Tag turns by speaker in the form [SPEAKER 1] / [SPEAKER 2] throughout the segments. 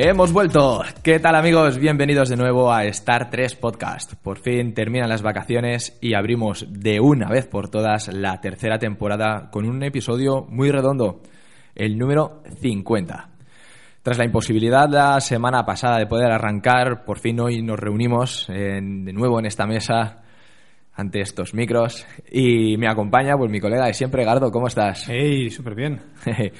[SPEAKER 1] Hemos vuelto. ¿Qué tal amigos? Bienvenidos de nuevo a Star 3 Podcast. Por fin terminan las vacaciones y abrimos de una vez por todas la tercera temporada con un episodio muy redondo, el número 50. Tras la imposibilidad la semana pasada de poder arrancar, por fin hoy nos reunimos en- de nuevo en esta mesa ante estos micros y me acompaña pues mi colega de siempre, Gardo, ¿cómo estás?
[SPEAKER 2] ¡Ey! Súper bien.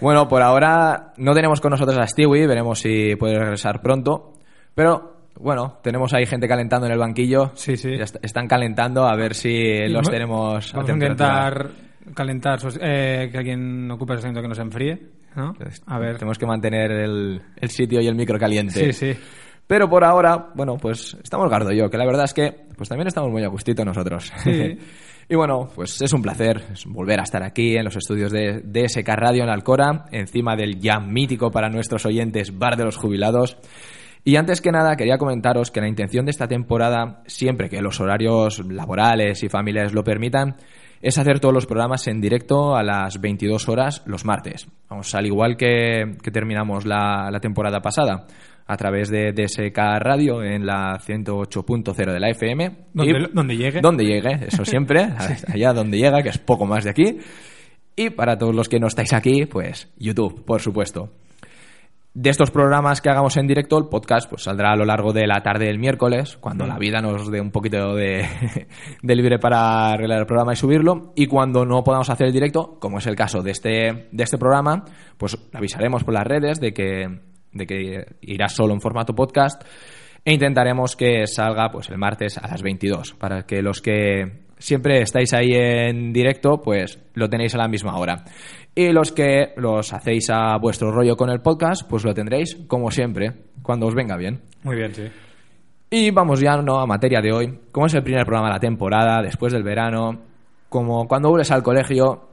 [SPEAKER 1] bueno, por ahora no tenemos con nosotros a Stewie, veremos si puede regresar pronto. Pero bueno, tenemos ahí gente calentando en el banquillo.
[SPEAKER 2] Sí, sí.
[SPEAKER 1] Ya est- están calentando a ver si Eh, los
[SPEAKER 2] Bueno,
[SPEAKER 1] tenemos.
[SPEAKER 2] Vamos a
[SPEAKER 1] temperatura.
[SPEAKER 2] intentar calentar sus- eh, que alguien ocupe el asiento que nos enfríe, ¿no? A ver.
[SPEAKER 1] Tenemos que mantener el, el sitio y el micro caliente.
[SPEAKER 2] Sí, sí.
[SPEAKER 1] Pero por ahora, bueno, pues estamos Gardo y yo, que la verdad es que pues también estamos muy a gustito nosotros.
[SPEAKER 2] Sí.
[SPEAKER 1] y bueno, pues es un placer es volver a estar aquí en los estudios de DSK Radio en Alcora, encima del ya mítico para nuestros oyentes Bar de los Jubilados. Y antes que nada, quería comentaros que la intención de esta temporada, siempre que los horarios laborales y familiares lo permitan, es hacer todos los programas en directo a las 22 horas los martes. Vamos, al igual que, que terminamos la, la temporada pasada, a través de DSK Radio en la 108.0 de la FM.
[SPEAKER 2] Donde-
[SPEAKER 1] Y-
[SPEAKER 2] donde llegue.
[SPEAKER 1] Donde llegue, eso siempre, allá donde llega, que es poco más de aquí. Y para todos los que no estáis aquí, pues YouTube, por supuesto. De estos programas que hagamos en directo, el podcast pues, saldrá a lo largo de la tarde del miércoles, cuando la vida nos dé un poquito de, de libre para arreglar el programa y subirlo. Y cuando no podamos hacer el directo, como es el caso de este, de este programa, pues avisaremos por las redes de que, de que irá solo en formato podcast e intentaremos que salga pues, el martes a las 22, para que los que siempre estáis ahí en directo, pues lo tenéis a la misma hora. Y los que los hacéis a vuestro rollo con el podcast, pues lo tendréis como siempre, cuando os venga bien.
[SPEAKER 2] Muy bien, sí.
[SPEAKER 1] Y vamos ya no, a materia de hoy. Como es el primer programa de la temporada, después del verano, como cuando vuelves al colegio,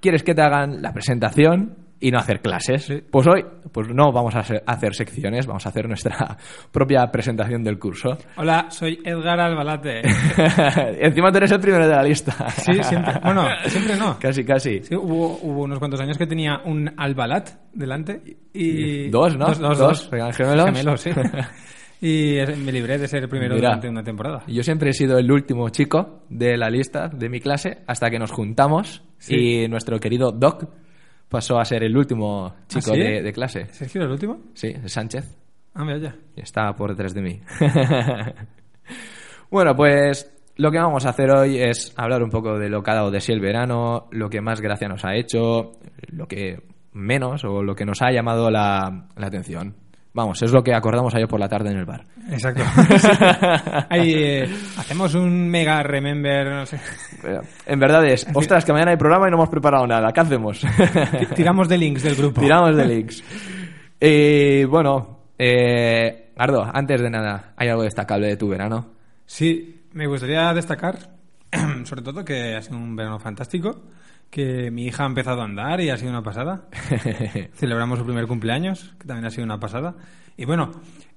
[SPEAKER 1] quieres que te hagan la presentación y no hacer clases. Pues hoy pues no vamos a hacer- hacer secciones, vamos a hacer nuestra propia presentación del curso.
[SPEAKER 2] Hola, soy Edgar Albalate.
[SPEAKER 1] Encima tú eres el primero de la lista.
[SPEAKER 2] Sí, siempre. Bueno, siempre no.
[SPEAKER 1] Casi, casi.
[SPEAKER 2] Sí, hubo, hubo unos cuantos años que tenía un Albalat delante y...
[SPEAKER 1] Dos, ¿no?
[SPEAKER 2] Dos, dos.
[SPEAKER 1] Dos, eran gemelos.
[SPEAKER 2] sí. y es- me libré de ser el primero
[SPEAKER 1] Mira.
[SPEAKER 2] durante una temporada.
[SPEAKER 1] Yo siempre he sido el último chico de la lista de mi clase hasta que nos juntamos
[SPEAKER 2] Sí.
[SPEAKER 1] y nuestro querido Doc pasó a ser el último chico
[SPEAKER 2] ¿Ah, sí?
[SPEAKER 1] de, de clase.
[SPEAKER 2] ¿Sergio era el último?
[SPEAKER 1] Sí, Sánchez.
[SPEAKER 2] Ah, mira ya.
[SPEAKER 1] Está por detrás de mí. bueno, pues lo que vamos a hacer hoy es hablar un poco de lo que ha dado de sí el verano, lo que más gracia nos ha hecho, lo que menos o lo que nos ha llamado la, la atención. Vamos, es lo que acordamos ayer por la tarde en el bar.
[SPEAKER 2] Exacto. Ahí, eh, hacemos un mega remember, no sé.
[SPEAKER 1] Pero, En verdad es, ostras, que mañana hay programa y no hemos preparado nada, ¿qué hacemos?
[SPEAKER 2] Tiramos de links del grupo.
[SPEAKER 1] Tiramos de links. Y bueno, eh, Ardo, antes de nada, ¿hay algo destacable de tu verano?
[SPEAKER 2] Sí, me gustaría destacar, sobre todo, que ha sido un verano fantástico, que mi hija ha empezado a andar y ha sido una pasada. Celebramos su primer cumpleaños, que también ha sido una pasada. Y bueno,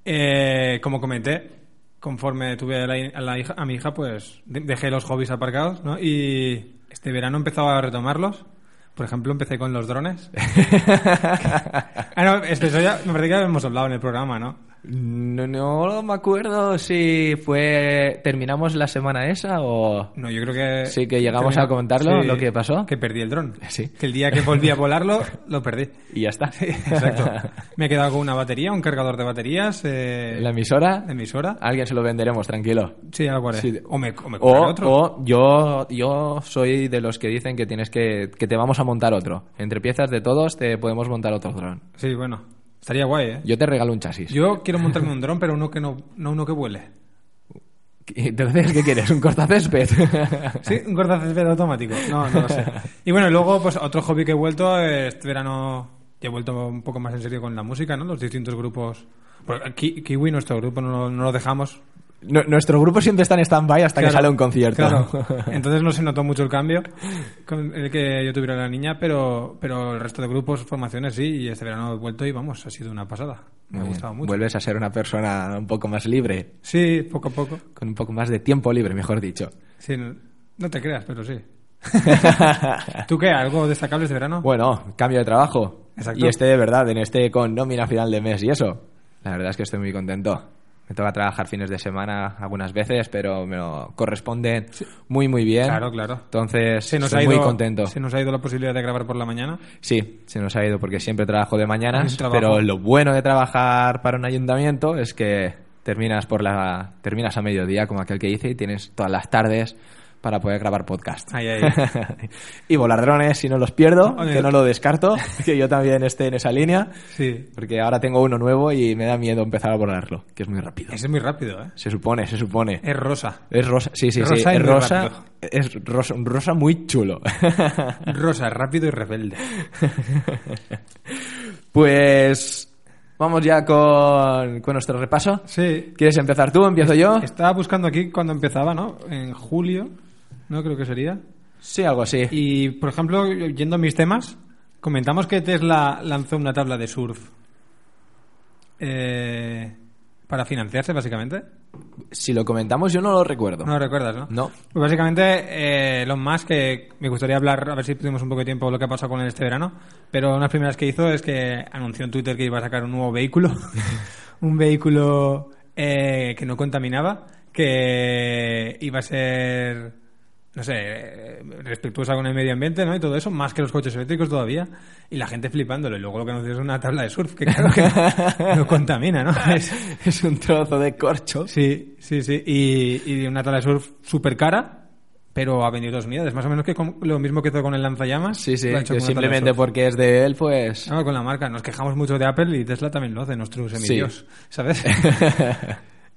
[SPEAKER 2] eh, como comenté, conforme tuve a, la- a la hija- a mi hija, pues de- dejé los hobbies aparcados, ¿no? Y este verano he empezado a retomarlos. Por ejemplo, empecé con los drones. Ah, no, es que eso ya, me parece que ya hemos hablado en el programa, ¿no?
[SPEAKER 1] no, no me acuerdo si fue... ¿Terminamos la semana esa o...?
[SPEAKER 2] No, yo creo que...
[SPEAKER 1] Sí, que llegamos a comentarlo, lo que pasó.
[SPEAKER 2] Que perdí el dron.
[SPEAKER 1] Sí.
[SPEAKER 2] Que el día que volví a volarlo, lo perdí.
[SPEAKER 1] Y ya está.
[SPEAKER 2] Exacto. Me he quedado con una batería, un cargador de baterías. eh,
[SPEAKER 1] ¿La emisora?
[SPEAKER 2] de emisora.
[SPEAKER 1] A Alguien se lo venderemos, tranquilo.
[SPEAKER 2] Sí, ya lo guardé.
[SPEAKER 1] Sí.
[SPEAKER 2] O me, o me compré
[SPEAKER 1] O,
[SPEAKER 2] otro.
[SPEAKER 1] o yo, yo soy de los que dicen que tienes que, que te vamos a montar otro. Entre piezas de todos te podemos montar otro dron.
[SPEAKER 2] Sí, bueno. Estaría guay, ¿eh?
[SPEAKER 1] Yo te regalo un chasis.
[SPEAKER 2] Yo quiero montarme un dron, pero uno que no, no uno que vuele.
[SPEAKER 1] Entonces, ¿qué quieres? ¿Un cortacésped?
[SPEAKER 2] Sí, un cortacésped automático. No, no lo sé. Y bueno, luego, pues otro hobby que he vuelto, eh, este verano ya he vuelto un poco más en serio con la música, ¿no? Los distintos grupos. Porque Ki- Kiwi, nuestro grupo, no, lo- no lo dejamos.
[SPEAKER 1] Nu- Nuestro grupo siempre está en stand-by hasta que
[SPEAKER 2] Claro,
[SPEAKER 1] sale un concierto.
[SPEAKER 2] claro. Entonces no se notó mucho el cambio con el que yo tuviera la niña, pero, pero el resto de grupos, formaciones sí, y este verano he vuelto y vamos, ha sido una pasada. Me
[SPEAKER 1] Muy
[SPEAKER 2] ha
[SPEAKER 1] bien.
[SPEAKER 2] gustado mucho.
[SPEAKER 1] Vuelves a ser una persona un poco más libre,
[SPEAKER 2] Sí, poco a poco.
[SPEAKER 1] con un poco más de tiempo libre, mejor dicho.
[SPEAKER 2] Sí, no- no te creas, pero sí.
[SPEAKER 1] Ah.
[SPEAKER 2] ¿Tú qué? ¿Algo destacable este verano?
[SPEAKER 1] Bueno, cambio de trabajo.
[SPEAKER 2] Exacto.
[SPEAKER 1] Y este de verdad, en este con nómina a final de mes y eso. La verdad es que estoy muy contento. Me toca trabajar fines de semana algunas veces, pero me lo corresponde muy, muy bien.
[SPEAKER 2] Claro, claro.
[SPEAKER 1] Entonces,
[SPEAKER 2] Se nos
[SPEAKER 1] estoy
[SPEAKER 2] ha
[SPEAKER 1] muy
[SPEAKER 2] ido-
[SPEAKER 1] contento.
[SPEAKER 2] Se nos ha ido la posibilidad de grabar por la mañana.
[SPEAKER 1] Sí, se nos ha ido porque siempre trabajo de
[SPEAKER 2] Es
[SPEAKER 1] mañanas,
[SPEAKER 2] trabajo.
[SPEAKER 1] pero lo bueno de trabajar para un ayuntamiento es que terminas por la terminas a mediodía como aquel que hice y tienes todas las tardes para poder grabar podcast.
[SPEAKER 2] Ahí, ahí.
[SPEAKER 1] y volar drones si no los pierdo,
[SPEAKER 2] Oye.
[SPEAKER 1] que no lo descarto, que yo también esté en esa línea,
[SPEAKER 2] Sí.
[SPEAKER 1] porque ahora tengo uno nuevo y me da miedo empezar a volarlo, que es muy rápido.
[SPEAKER 2] Ese es muy rápido, ¿eh?
[SPEAKER 1] Se supone, se supone.
[SPEAKER 2] Es rosa.
[SPEAKER 1] Es rosa, sí, sí,
[SPEAKER 2] Rosa
[SPEAKER 1] sí,
[SPEAKER 2] y
[SPEAKER 1] es
[SPEAKER 2] muy
[SPEAKER 1] rosa,
[SPEAKER 2] rápido.
[SPEAKER 1] es rosa, un rosa muy chulo.
[SPEAKER 2] Rosa, rápido y rebelde.
[SPEAKER 1] Pues vamos ya con, con nuestro repaso.
[SPEAKER 2] Sí.
[SPEAKER 1] ¿Quieres empezar tú? ¿Empiezo yo?
[SPEAKER 2] Estaba buscando aquí cuando empezaba, ¿no? En julio, ¿no? Creo que sería.
[SPEAKER 1] Sí, algo así.
[SPEAKER 2] Y, por ejemplo, yendo a mis temas, comentamos que Tesla lanzó una tabla de surf. Eh, para financiarse, básicamente.
[SPEAKER 1] Si lo comentamos, yo no lo recuerdo.
[SPEAKER 2] No lo recuerdas, ¿no?
[SPEAKER 1] No.
[SPEAKER 2] Pues básicamente, eh, Elon Musk, que me gustaría hablar, a ver si tuvimos un poco de tiempo lo que ha pasado con él este verano, pero una de las primeras que hizo es que anunció en Twitter que iba a sacar un nuevo vehículo, un vehículo eh, que no contaminaba, que iba a ser, no sé, eh, respetuosa con el medio ambiente, ¿no? Y todo eso, más que los coches eléctricos todavía, y la gente flipándolo, y luego lo que anunció es una tabla de surf, que claro que no contamina, ¿no? Es-
[SPEAKER 1] Es un trozo de corcho.
[SPEAKER 2] Sí, sí, sí. Y, y una tabla de surf súper cara, pero a 22 unidades. Más o menos que con- lo mismo que hizo con el lanzallamas.
[SPEAKER 1] Sí, sí,
[SPEAKER 2] lo ha hecho
[SPEAKER 1] que
[SPEAKER 2] con una Ah. tabla de
[SPEAKER 1] simplemente
[SPEAKER 2] surf.
[SPEAKER 1] porque es de él, pues...
[SPEAKER 2] No, con la marca. Nos quejamos mucho de Apple y Tesla también lo hace, nuestros emillos, ¿sabes?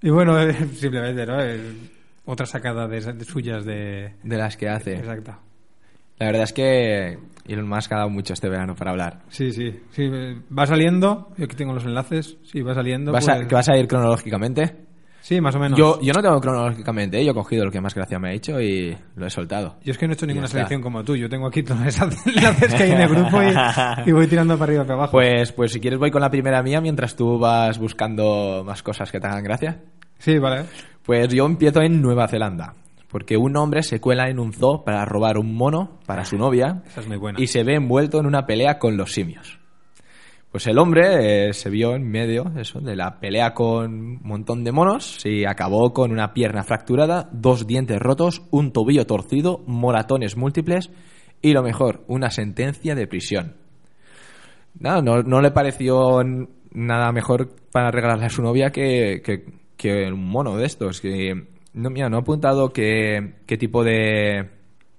[SPEAKER 2] y bueno, eh, simplemente, ¿no? Eh, otra sacada de, de suyas de...
[SPEAKER 1] De las que hace.
[SPEAKER 2] Exacto.
[SPEAKER 1] La verdad es que Elon Musk ha dado mucho este verano para hablar.
[SPEAKER 2] Sí, sí, sí. eh, Va saliendo. Yo aquí tengo los enlaces. Sí, va saliendo.
[SPEAKER 1] ¿Vas a,
[SPEAKER 2] pues-
[SPEAKER 1] ¿Que vas a ir cronológicamente?
[SPEAKER 2] Sí, más o menos.
[SPEAKER 1] Yo, yo no tengo cronológicamente, ¿eh? yo he cogido lo que más gracia me ha hecho y lo he soltado.
[SPEAKER 2] Yo es que no he hecho ninguna
[SPEAKER 1] está.
[SPEAKER 2] selección como tú. Yo tengo aquí todas esas enlaces que hay en el grupo y, y voy tirando para arriba y para abajo.
[SPEAKER 1] Pues, pues si quieres voy con la primera mía mientras tú vas buscando más cosas que te hagan gracia.
[SPEAKER 2] Sí, vale.
[SPEAKER 1] Pues yo empiezo en Nueva Zelanda. Porque un hombre se cuela en un zoo para robar un mono para su novia
[SPEAKER 2] Esa es muy buena.
[SPEAKER 1] y se ve envuelto en una pelea con los simios. Pues el hombre eh, se vio en medio eso, de la pelea con un montón de monos y acabó con una pierna fracturada, dos dientes rotos, un tobillo torcido, moratones múltiples y lo mejor, una sentencia de prisión. Nada, no, no le pareció n- nada mejor para regalarle a su novia que, que- que un mono de estos. Que, no, mira, no he apuntado qué, qué tipo de,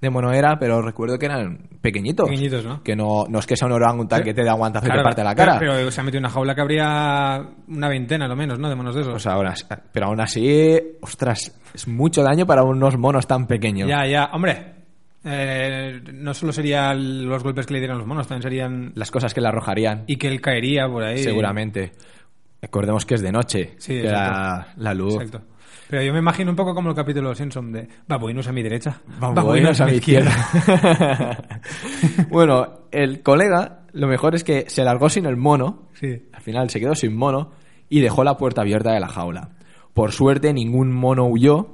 [SPEAKER 1] de mono era, pero recuerdo que eran pequeñitos.
[SPEAKER 2] Pequeñitos, ¿no?
[SPEAKER 1] Que no, no es que sea un orangután que te aguanta hacer parte de la cara.
[SPEAKER 2] claro, Pero, se ha metido en una jaula que habría una veintena, lo menos, ¿no? De monos de esos.
[SPEAKER 1] O sea, aún así- pero aún así, ostras, es mucho daño para unos monos tan pequeños.
[SPEAKER 2] ya, ya. Hombre, eh, no solo serían los golpes que le dieron los monos, también serían...
[SPEAKER 1] Las cosas que le arrojarían,
[SPEAKER 2] Y que él caería por ahí.
[SPEAKER 1] seguramente. Recordemos que es de noche,
[SPEAKER 2] Sí,
[SPEAKER 1] que la, la luz.
[SPEAKER 2] Exacto. Pero yo me imagino un poco como el capítulo de los Simpson de babuinos a mi derecha,
[SPEAKER 1] Vamos, a mi izquierda. bueno, el colega, lo mejor es que se largó sin el mono.
[SPEAKER 2] Sí.
[SPEAKER 1] Al final se quedó sin mono y dejó la puerta abierta de la jaula. Por suerte, ningún mono huyó.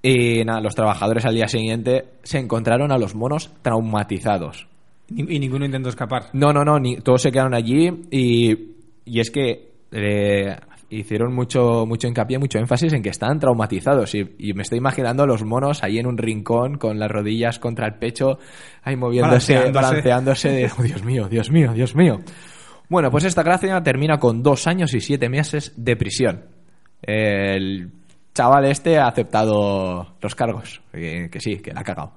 [SPEAKER 1] Y nada, los trabajadores al día siguiente se encontraron a los monos traumatizados.
[SPEAKER 2] Ni- Y ninguno intentó escapar.
[SPEAKER 1] No, no, no, ni- todos se quedaron allí y, y es que eh, hicieron mucho, mucho hincapié, mucho énfasis en que están traumatizados y, y me estoy imaginando a los monos ahí en un rincón con las rodillas contra el pecho, ahí moviéndose,
[SPEAKER 2] Balanceándose.
[SPEAKER 1] balanceándose de, "Oh, Dios mío, Dios mío, Dios mío. Bueno, pues esta gracia termina con dos años y siete meses de prisión. El chaval este ha aceptado los cargos, que, que sí, que la ha cagado.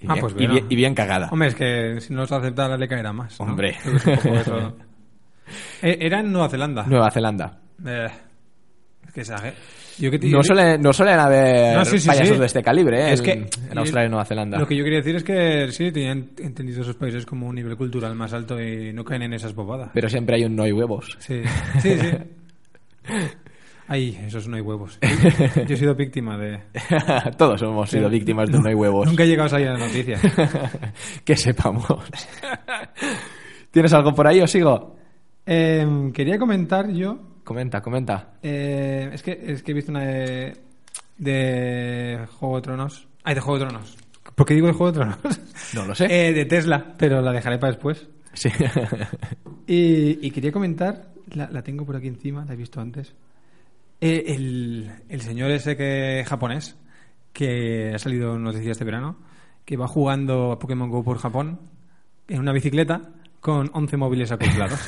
[SPEAKER 1] Y,
[SPEAKER 2] Ah,
[SPEAKER 1] bien,
[SPEAKER 2] pues
[SPEAKER 1] y
[SPEAKER 2] bueno.
[SPEAKER 1] bien- y bien cagada.
[SPEAKER 2] Hombre, es que si no los aceptara le caerá más. ¿no?
[SPEAKER 1] Hombre.
[SPEAKER 2] Creo que es un poco eso. Eh, Era en Nueva Zelanda.
[SPEAKER 1] Nueva Zelanda.
[SPEAKER 2] Eh, Es que esa- yo que te-
[SPEAKER 1] No, suelen, no suelen haber
[SPEAKER 2] No, sí, sí,
[SPEAKER 1] payasos
[SPEAKER 2] sí.
[SPEAKER 1] de este calibre, ¿eh?
[SPEAKER 2] Es
[SPEAKER 1] en-
[SPEAKER 2] que-
[SPEAKER 1] en Australia y Nueva Zelanda.
[SPEAKER 2] Lo que yo quería decir es que sí, tenían entendido esos países como un nivel cultural más alto y no caen en esas bobadas.
[SPEAKER 1] Pero siempre hay un no hay huevos.
[SPEAKER 2] Sí, sí, sí. Ay, esos no hay huevos. Yo he sido víctima de...
[SPEAKER 1] Todos hemos sido víctimas de un no hay huevos.
[SPEAKER 2] Nunca he llegado a salir a la noticia.
[SPEAKER 1] que sepamos. ¿Tienes algo por ahí o sigo?
[SPEAKER 2] Eh, quería comentar yo...
[SPEAKER 1] Comenta, comenta.
[SPEAKER 2] eh, es, que, es que he visto una de, de Juego de Tronos. Ay, de Juego de Tronos. ¿Por qué digo de Juego de Tronos?
[SPEAKER 1] No lo sé.
[SPEAKER 2] Eh, de Tesla, pero la dejaré para después.
[SPEAKER 1] Sí.
[SPEAKER 2] Y, y quería comentar, la, la tengo por aquí encima, la he visto antes. Eh, el, el señor ese que japonés, que ha salido en noticias este verano, que va jugando a Pokémon Go por Japón en una bicicleta con 11 móviles acoplados.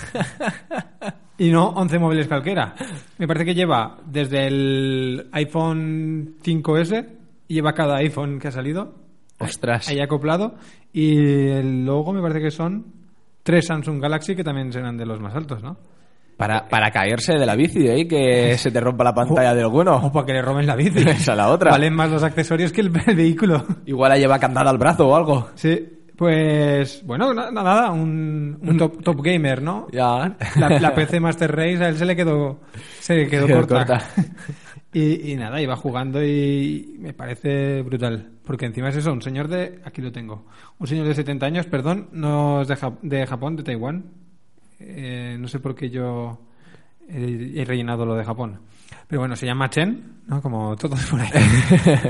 [SPEAKER 2] y no 11 móviles cualquiera. Me parece que lleva desde el iPhone 5S, lleva cada iPhone que ha salido,
[SPEAKER 1] Ostras.
[SPEAKER 2] ahí acoplado. Y el logo me parece que son tres Samsung Galaxy que también serán de los más altos, ¿no?
[SPEAKER 1] Para, para caerse de la bici de ahí, que se te rompa la pantalla de
[SPEAKER 2] O
[SPEAKER 1] alguno.
[SPEAKER 2] para que le roben la bici.
[SPEAKER 1] Esa la otra.
[SPEAKER 2] Valen más los accesorios que el, el vehículo.
[SPEAKER 1] Igual la lleva candada al brazo o algo.
[SPEAKER 2] Sí, pues bueno, na- nada, un, un top, top gamer, ¿no?
[SPEAKER 1] Ya.
[SPEAKER 2] La, la PC Master Race a él se le quedó, se le quedó,
[SPEAKER 1] Quedó
[SPEAKER 2] corta.
[SPEAKER 1] corta.
[SPEAKER 2] Y, y nada, iba jugando y me parece brutal. Porque encima es eso, un señor de. Aquí lo tengo. Un señor de 70 años, perdón, no es de, Ja- de Japón, de Taiwán. Eh, no sé por qué yo he, he rellenado lo de Japón. Pero bueno, se llama Chen, ¿no? Como todos por ahí.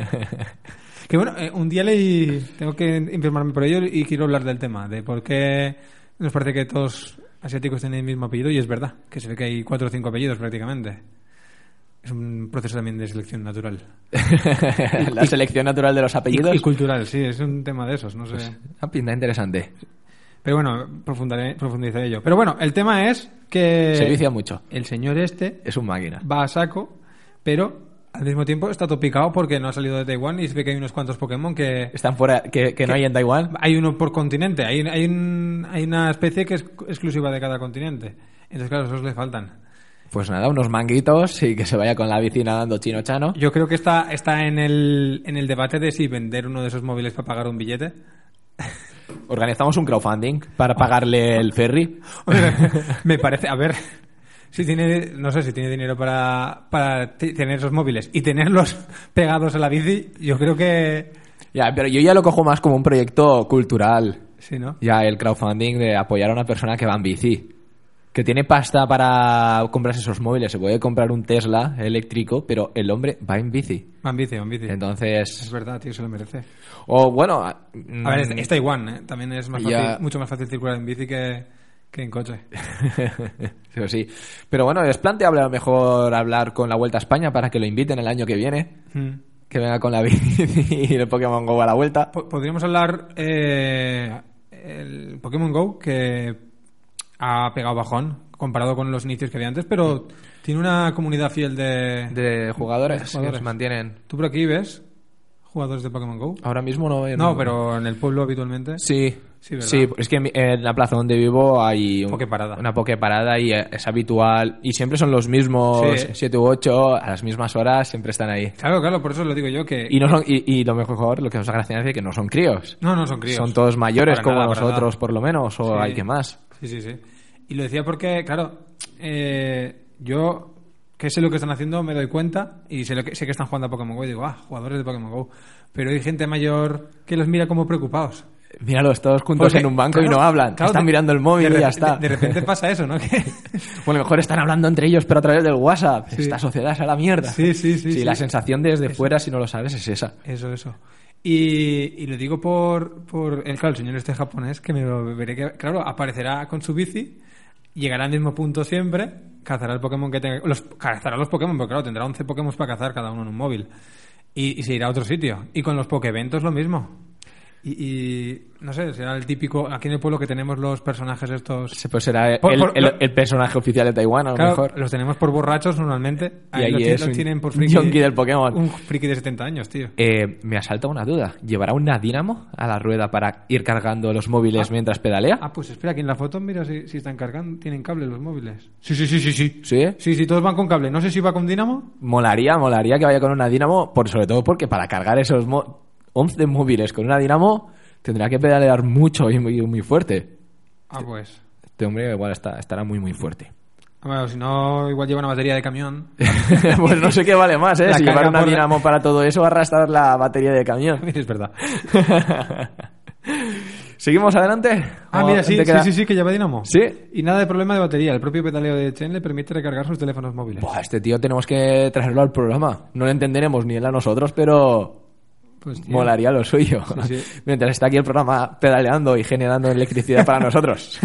[SPEAKER 2] que bueno, eh, un día leí. Tengo que informarme por ello y quiero hablar del tema, de por qué nos parece que todos asiáticos tienen el mismo apellido, y es verdad, que se ve que hay cuatro o cinco apellidos prácticamente. Es un proceso también de selección natural.
[SPEAKER 1] la selección natural de los
[SPEAKER 2] Y,
[SPEAKER 1] apellidos.
[SPEAKER 2] y cultural, sí, es un tema de esos, no sé.
[SPEAKER 1] Ah, pinta interesante.
[SPEAKER 2] Pero bueno, profundaré- profundizaré ello. Pero bueno, el tema es que
[SPEAKER 1] Se vicia mucho.
[SPEAKER 2] el señor este
[SPEAKER 1] Es un máquina.
[SPEAKER 2] va a saco, pero al mismo tiempo está topicado porque no ha salido de Taiwán y se ve que hay unos cuantos Pokémon que...
[SPEAKER 1] Están fuera, que, que no hay en Taiwán.
[SPEAKER 2] Hay uno por continente, hay, hay, un- hay una especie que es exclusiva de cada continente. Entonces, claro, esos le faltan.
[SPEAKER 1] Pues nada, unos manguitos y que se vaya con la bici nadando chino chano.
[SPEAKER 2] Yo creo que está, está en, el, en el debate de si vender uno de esos móviles para pagar un billete.
[SPEAKER 1] Organizamos un crowdfunding
[SPEAKER 2] Ah.
[SPEAKER 1] para pagarle el ferry.
[SPEAKER 2] Me parece, a ver, si tiene, no sé, si tiene dinero para, para t- tener esos móviles y tenerlos pegados a la bici, yo creo que
[SPEAKER 1] Ya, pero yo ya lo cojo más como un proyecto cultural.
[SPEAKER 2] sí, ¿no?
[SPEAKER 1] Ya, el crowdfunding de apoyar a una persona que va en bici. Que tiene pasta para comprarse esos móviles. Se puede comprar un Tesla eléctrico, pero el hombre va en bici.
[SPEAKER 2] Van bici, van bici. Es
[SPEAKER 1] Entonces.
[SPEAKER 2] verdad, tío, se lo merece.
[SPEAKER 1] O bueno. A
[SPEAKER 2] A ver, es, es Taiwán, ¿eh? también es más
[SPEAKER 1] Mm. Ya.
[SPEAKER 2] fácil- mucho más fácil circular en bici que, que en coche.
[SPEAKER 1] Pero sí. Pero bueno, es planteable a lo mejor hablar con la Vuelta a España para que lo inviten el año que viene.
[SPEAKER 2] Mm.
[SPEAKER 1] Que venga con la bici y el Pokémon Go a la vuelta.
[SPEAKER 2] Po- Podríamos hablar eh, el Pokémon Go que ha pegado bajón comparado con los inicios que había antes, pero tiene una comunidad fiel de.
[SPEAKER 1] De jugadores, que
[SPEAKER 2] Jugadores.
[SPEAKER 1] se mantienen.
[SPEAKER 2] ¿Tú por aquí ves jugadores de Pokémon Go?
[SPEAKER 1] Ahora mismo Ah, no. en-
[SPEAKER 2] No, pero en el pueblo habitualmente.
[SPEAKER 1] Sí,
[SPEAKER 2] Sí, ¿verdad?
[SPEAKER 1] sí, es que en mi- en la plaza donde vivo hay un-
[SPEAKER 2] Pokeparada.
[SPEAKER 1] una pokeparada y eh, es habitual y siempre son los mismos
[SPEAKER 2] Sí, eh.
[SPEAKER 1] 7 u 8 a las mismas horas, siempre están ahí.
[SPEAKER 2] Claro, claro, por eso lo digo yo que.
[SPEAKER 1] Y, no son- y, y lo mejor, lo que os agradecer es que no son críos.
[SPEAKER 2] No, no son críos.
[SPEAKER 1] Son todos mayores
[SPEAKER 2] Para
[SPEAKER 1] como
[SPEAKER 2] nada, para
[SPEAKER 1] nosotros,
[SPEAKER 2] nada.
[SPEAKER 1] por lo menos, o
[SPEAKER 2] Sí.
[SPEAKER 1] hay que más.
[SPEAKER 2] Sí, sí, sí. Y lo decía porque, claro, eh, yo que sé lo que están haciendo, me doy cuenta y sé, lo que, sé que están jugando a Pokémon Go y digo, ah, jugadores de Pokémon Go. Pero hay gente mayor que los mira como preocupados.
[SPEAKER 1] Míralos todos juntos
[SPEAKER 2] Porque,
[SPEAKER 1] Pues en un banco y
[SPEAKER 2] claro,
[SPEAKER 1] no hablan.
[SPEAKER 2] claro,
[SPEAKER 1] están
[SPEAKER 2] de-
[SPEAKER 1] mirando el móvil
[SPEAKER 2] de
[SPEAKER 1] y ya
[SPEAKER 2] rep-
[SPEAKER 1] está.
[SPEAKER 2] De, de repente pasa eso, ¿no? Que-
[SPEAKER 1] o a lo mejor están hablando entre ellos, pero a través del WhatsApp.
[SPEAKER 2] Sí.
[SPEAKER 1] Esta sociedad es a la mierda.
[SPEAKER 2] Sí, sí, sí, sí.
[SPEAKER 1] la sensación desde fuera, si no lo sabes, es esa.
[SPEAKER 2] Eso, eso. Y, y lo digo por, por el, claro, el señor este japonés que me lo veré que, claro, aparecerá con su bici, llegará al mismo punto siempre, cazará el Pokémon que tenga, los, cazará los Pokémon, porque claro, tendrá 11 Pokémon para cazar cada uno en un móvil. Y, y se irá a otro sitio. Y con los Pokéventos lo mismo. Y, y, no sé, será el típico. Aquí en el pueblo que tenemos los personajes estos.
[SPEAKER 1] Se- Pues será el,
[SPEAKER 2] Por- por-
[SPEAKER 1] el-
[SPEAKER 2] lo-
[SPEAKER 1] el personaje oficial de Taiwán, a lo
[SPEAKER 2] Claro,
[SPEAKER 1] mejor.
[SPEAKER 2] los tenemos por borrachos normalmente.
[SPEAKER 1] Y
[SPEAKER 2] Ahí
[SPEAKER 1] ahí
[SPEAKER 2] los, ti-
[SPEAKER 1] es
[SPEAKER 2] los
[SPEAKER 1] un
[SPEAKER 2] tienen por friki.
[SPEAKER 1] yonki del Pokémon.
[SPEAKER 2] Un friki de 70 años, tío.
[SPEAKER 1] Eh, me asalta una duda. ¿Llevará una dínamo a la rueda para ir cargando los móviles mientras pedalea?
[SPEAKER 2] Ah, pues espera, aquí en la foto mira si, si están cargando. Tienen cable los móviles. Sí, sí, sí, sí, sí.
[SPEAKER 1] ¿Sí?
[SPEAKER 2] Sí, sí, todos van con cable. No sé si va con dinamo.
[SPEAKER 1] Molaría, molaría que vaya con una dínamo, por, sobre todo porque para cargar esos mo- 11 móviles con una dínamo tendrá que pedalear mucho y muy, muy fuerte.
[SPEAKER 2] Ah, pues.
[SPEAKER 1] Este hombre igual está, estará muy, muy fuerte.
[SPEAKER 2] Bueno, si no, igual lleva una batería de camión.
[SPEAKER 1] pues no sé qué vale más, ¿eh?
[SPEAKER 2] La
[SPEAKER 1] Si llevar
[SPEAKER 2] carga
[SPEAKER 1] una
[SPEAKER 2] por-
[SPEAKER 1] dinamo para todo eso, arrastrar la batería de camión.
[SPEAKER 2] es verdad.
[SPEAKER 1] ¿Seguimos adelante?
[SPEAKER 2] Ah,
[SPEAKER 1] ¿O
[SPEAKER 2] mira, sí,
[SPEAKER 1] te queda-
[SPEAKER 2] sí, sí, sí, que lleva dinamo.
[SPEAKER 1] ¿Sí?
[SPEAKER 2] Y nada de problema de batería. El propio pedaleo de Chen le permite recargar sus teléfonos móviles.
[SPEAKER 1] Buah, este tío tenemos que traerlo al programa. No lo entenderemos ni él a nosotros, pero
[SPEAKER 2] Pues, tío,
[SPEAKER 1] molaría lo suyo.
[SPEAKER 2] Sí, sí.
[SPEAKER 1] Mientras está aquí el programa pedaleando y generando electricidad para nosotros.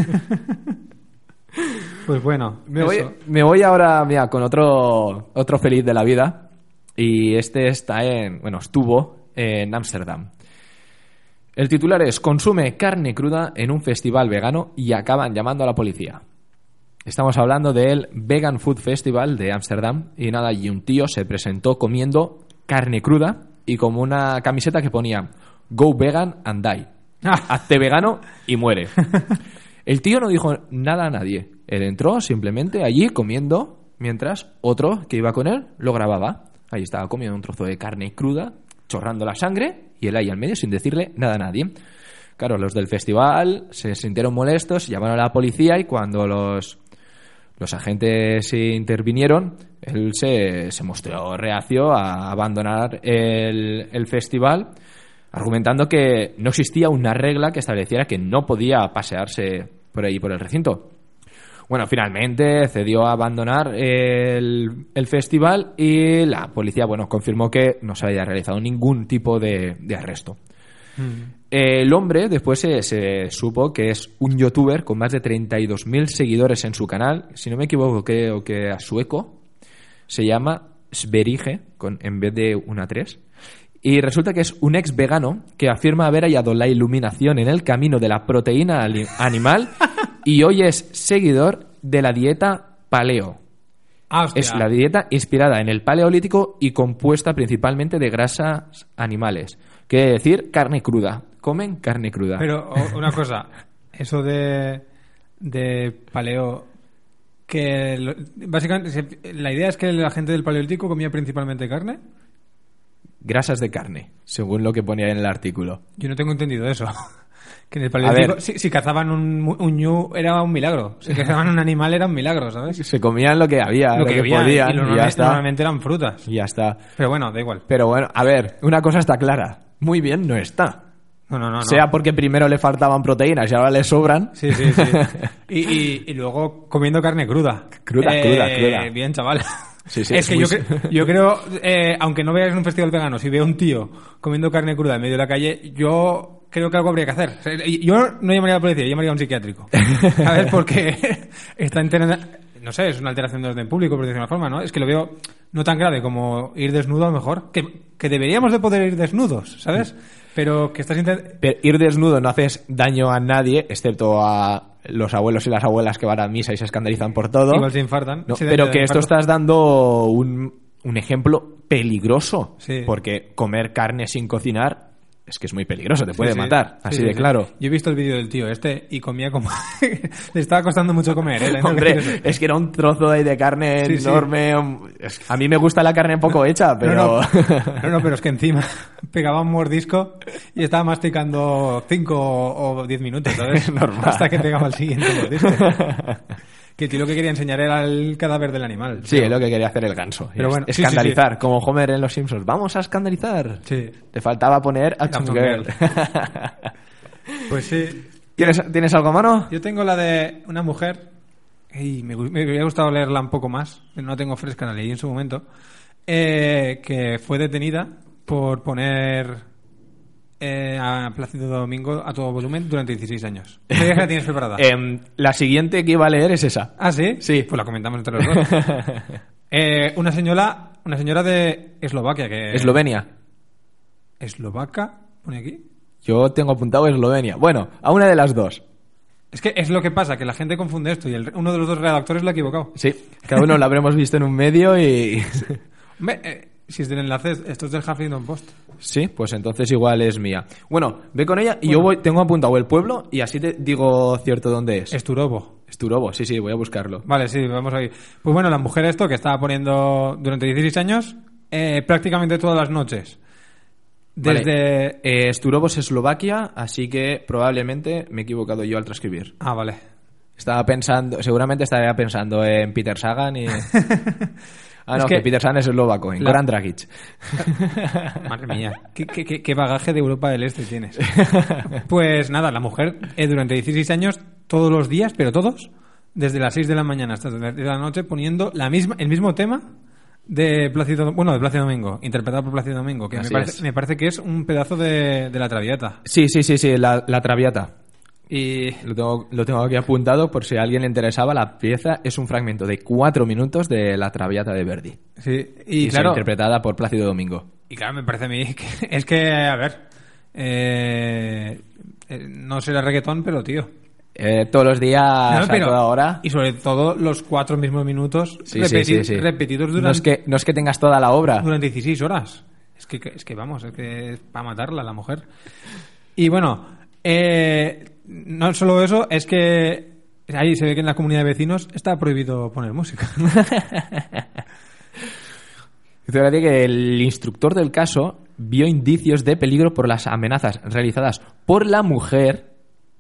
[SPEAKER 2] Pues bueno,
[SPEAKER 1] Me voy,
[SPEAKER 2] eso.
[SPEAKER 1] me voy ahora, mira, con otro, otro feliz de la vida. Y este está en, bueno, estuvo en Ámsterdam. El titular es Consume carne cruda en un festival vegano y acaban llamando a la policía. Estamos hablando del Vegan Food Festival de Ámsterdam y nada, y un tío se presentó comiendo carne cruda y como una camiseta que ponía Go vegan and die.
[SPEAKER 2] Ah.
[SPEAKER 1] Hazte vegano y muere. El tío no dijo nada a nadie. Él entró simplemente allí comiendo mientras otro que iba con él lo grababa. Ahí estaba comiendo un trozo de carne cruda, chorrando la sangre y él ahí al medio sin decirle nada a nadie. Claro, los del festival se sintieron molestos, llamaron a la policía y cuando los los agentes intervinieron, él se, se mostró reacio a abandonar el, el festival, argumentando que no existía una regla que estableciera que no podía pasearse por ahí, por el recinto. Bueno, finalmente cedió a abandonar el, el festival y la policía, bueno, confirmó que no se había realizado ningún tipo de- de arresto. Eh, El hombre después se, se supo que es un youtuber con más de 32.000 seguidores en su canal. Si no me equivoco, creo que a sueco. Se llama Sverige, con, en vez de una 3. Y resulta que es un ex vegano que afirma haber hallado la iluminación en el camino de la proteína ali- animal y hoy es seguidor de la dieta paleo.
[SPEAKER 2] Ah, hostia.
[SPEAKER 1] Es la dieta inspirada en el paleolítico y compuesta principalmente de grasas animales. Quiere decir carne cruda. Comen carne cruda.
[SPEAKER 2] Pero o- una cosa, eso de, de paleo, que lo- básicamente se- la idea es que la gente del paleolítico comía principalmente carne.
[SPEAKER 1] Grasas de carne, según lo que ponía en el artículo.
[SPEAKER 2] Yo no tengo entendido eso. Que en el paleolítico,
[SPEAKER 1] ver.
[SPEAKER 2] si, si cazaban un, mu- un ñu era un milagro. Si cazaban un animal era un milagro, ¿sabes?
[SPEAKER 1] Se comían lo que había, lo, que,
[SPEAKER 2] había,
[SPEAKER 1] podían,
[SPEAKER 2] y
[SPEAKER 1] y
[SPEAKER 2] lo
[SPEAKER 1] ya
[SPEAKER 2] normalme-
[SPEAKER 1] está.
[SPEAKER 2] normalmente eran frutas.
[SPEAKER 1] Y ya está.
[SPEAKER 2] Pero bueno, da igual.
[SPEAKER 1] Pero bueno, a ver, una cosa está clara. Muy bien no está.
[SPEAKER 2] No, no, no. no.
[SPEAKER 1] Sea porque primero le faltaban proteínas y ahora le sobran.
[SPEAKER 2] Sí, sí, sí. Y, y- y luego comiendo carne cruda. Eh,
[SPEAKER 1] Cruda, cruda, cruda.
[SPEAKER 2] Bien, chaval.
[SPEAKER 1] Sí, sí,
[SPEAKER 2] es
[SPEAKER 1] es
[SPEAKER 2] que
[SPEAKER 1] muy-
[SPEAKER 2] yo, cre- yo creo, eh, aunque no veas un festival vegano, si veo un tío comiendo carne cruda en medio de la calle, yo creo que algo habría que hacer. O sea, y- Yo no llamaría a la policía, llamaría a un psiquiátrico. ¿Sabes? Porque está entera- No sé, es una alteración del orden público, por decirlo de una forma, ¿no? Es que lo veo no tan grave como ir desnudo a lo mejor. Que, que deberíamos de poder ir desnudos, ¿sabes? Pero que estás intent-
[SPEAKER 1] Pero ir desnudo no haces daño a nadie, excepto a los abuelos y las abuelas que van a misa y se escandalizan por todo.
[SPEAKER 2] Igual se infartan.
[SPEAKER 1] No,
[SPEAKER 2] Se
[SPEAKER 1] pero
[SPEAKER 2] dan-
[SPEAKER 1] que esto
[SPEAKER 2] infartan.
[SPEAKER 1] estás dando un, un ejemplo peligroso.
[SPEAKER 2] Sí.
[SPEAKER 1] Porque comer carne sin cocinar es que es muy peligroso, te puede
[SPEAKER 2] Sí, sí.
[SPEAKER 1] matar.
[SPEAKER 2] Sí,
[SPEAKER 1] Así
[SPEAKER 2] sí,
[SPEAKER 1] de
[SPEAKER 2] sí.
[SPEAKER 1] claro.
[SPEAKER 2] Yo he visto el vídeo del tío este y comía como. Le estaba costando mucho comer, ¿eh? También tengo que decir
[SPEAKER 1] Hombre,
[SPEAKER 2] eso.
[SPEAKER 1] es que era un trozo ahí de carne
[SPEAKER 2] Sí, sí.
[SPEAKER 1] enorme. Es- A mí me gusta la carne poco hecha, pero.
[SPEAKER 2] No no, no, no, pero es que encima pegaba un mordisco y estaba masticando 5 o 10 minutos, ¿sabes?
[SPEAKER 1] Normal.
[SPEAKER 2] Hasta que pegaba el siguiente mordisco. que el tío lo que quería enseñar era el cadáver del animal.
[SPEAKER 1] Sí, es lo que quería hacer el ganso.
[SPEAKER 2] Pero
[SPEAKER 1] Es-
[SPEAKER 2] bueno, sí, sí,
[SPEAKER 1] escandalizar, como Homer en Los Simpsons. Vamos a escandalizar.
[SPEAKER 2] Sí.
[SPEAKER 1] Te faltaba poner a
[SPEAKER 2] Uptown
[SPEAKER 1] Girl.
[SPEAKER 2] Pues sí.
[SPEAKER 1] ¿Tienes, ¿Tienes algo a mano?
[SPEAKER 2] Yo tengo la de una mujer. Y me, gu- me hubiera gustado leerla un poco más. No la tengo fresca, la leí en su momento. eh, que fue detenida por poner eh, a Plácido Domingo a todo volumen durante 16 años. Me digas que la tienes preparada.
[SPEAKER 1] Em, la siguiente que iba a leer es esa.
[SPEAKER 2] ¿Ah, sí?
[SPEAKER 1] Sí.
[SPEAKER 2] Pues la comentamos entre los dos. Eh, una señora. Eh. Una señora de Eslovaquia que.
[SPEAKER 1] Eslovenia.
[SPEAKER 2] Eslovaca, pone aquí.
[SPEAKER 1] Yo tengo apuntado Eslovenia. Bueno, a una de las dos.
[SPEAKER 2] Es que es lo que pasa, que la gente confunde esto y el- uno de los dos redactores lo ha equivocado.
[SPEAKER 1] Sí, cada uno lo habremos visto en un medio y...
[SPEAKER 2] Hombre, eh, si es del enlace, esto es del Huffington Post.
[SPEAKER 1] Sí, pues entonces igual es mía. Bueno, ve con ella y yo voy, tengo apuntado el pueblo y así te digo cierto dónde es.
[SPEAKER 2] Esturobo.
[SPEAKER 1] Esturobo, sí, sí, voy a buscarlo.
[SPEAKER 2] Vale, sí, vamos a ir. Pues bueno, la mujer esto que estaba poniendo durante 16 años, eh, prácticamente todas las noches.
[SPEAKER 1] Vale.
[SPEAKER 2] Desde...
[SPEAKER 1] Eh, Esturobo es Eslovaquia, así que probablemente me he equivocado yo al transcribir.
[SPEAKER 2] Ah, vale.
[SPEAKER 1] Estaba pensando, seguramente estaría pensando en Peter Sagan y... Ah,
[SPEAKER 2] Es
[SPEAKER 1] no,
[SPEAKER 2] que-
[SPEAKER 1] que, Peter Sagan es eslovaco, en
[SPEAKER 2] La-
[SPEAKER 1] Goran Dragic.
[SPEAKER 2] Madre mía, ¿qué, qué- qué- qué bagaje de Europa del Este tienes? Pues nada, la mujer eh, durante 16 años, todos los días, pero todos, desde las 6 de la mañana hasta las 10 de la noche, poniendo la misma, el mismo tema de Plácido, bueno, de Plácido Domingo, interpretado por Plácido Domingo, que me
[SPEAKER 1] Así
[SPEAKER 2] parece,
[SPEAKER 1] es.
[SPEAKER 2] me parece que es un pedazo de, de la traviata.
[SPEAKER 1] Sí, sí, sí, sí, la, la Traviata.
[SPEAKER 2] Y
[SPEAKER 1] Lo tengo, lo tengo aquí apuntado por si a alguien le interesaba. La pieza es un fragmento de cuatro minutos de La Traviata de Verdi.
[SPEAKER 2] Sí,
[SPEAKER 1] Y,
[SPEAKER 2] y,
[SPEAKER 1] será
[SPEAKER 2] claro,
[SPEAKER 1] interpretada por Plácido Domingo.
[SPEAKER 2] y claro, me parece a mí que es que, a ver, eh, eh, no será reggaetón, pero tío.
[SPEAKER 1] Eh, todos los días,
[SPEAKER 2] No, pero-
[SPEAKER 1] a toda hora.
[SPEAKER 2] Y sobre todo los cuatro mismos minutos
[SPEAKER 1] Sí, sí,
[SPEAKER 2] repeti-
[SPEAKER 1] sí, sí.
[SPEAKER 2] repetidos durante,
[SPEAKER 1] No es, que, no es que tengas toda la obra.
[SPEAKER 2] durante 16 horas. Es que, es que vamos, es que es para matarla la mujer. Y bueno, eh, no solo eso, es que ahí se ve que en la comunidad de vecinos está prohibido poner música.
[SPEAKER 1] Fíjate que el instructor del caso vio indicios de peligro por las amenazas realizadas por la mujer,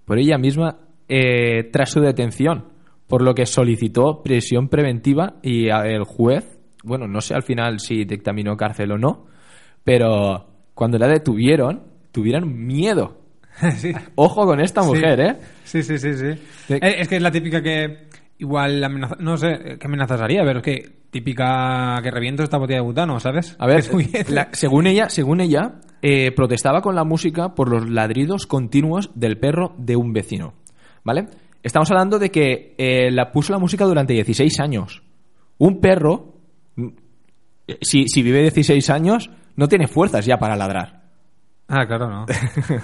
[SPEAKER 1] por ella misma, eh, tras su detención, por lo que solicitó prisión preventiva y a- el juez, bueno, no sé al final si dictaminó cárcel o no, pero cuando la detuvieron, tuvieron miedo.
[SPEAKER 2] sí.
[SPEAKER 1] Ojo con esta mujer, ¿eh?
[SPEAKER 2] Sí, sí, sí, sí.
[SPEAKER 1] Sí.
[SPEAKER 2] Eh, Es que es la típica que igual amenaza, no sé eh, qué amenazas haría, pero es que típica que reviento esta botella de butano, ¿sabes?
[SPEAKER 1] A ver,
[SPEAKER 2] Es muy-
[SPEAKER 1] la- según ella, según ella, eh, protestaba con la música por los ladridos continuos del perro de un vecino. ¿Vale? Estamos hablando de que eh, la puso la música durante 16 años. Un perro, mm, eh, si, si vive 16 años, no tiene fuerzas ya para ladrar.
[SPEAKER 2] Ah, claro, no.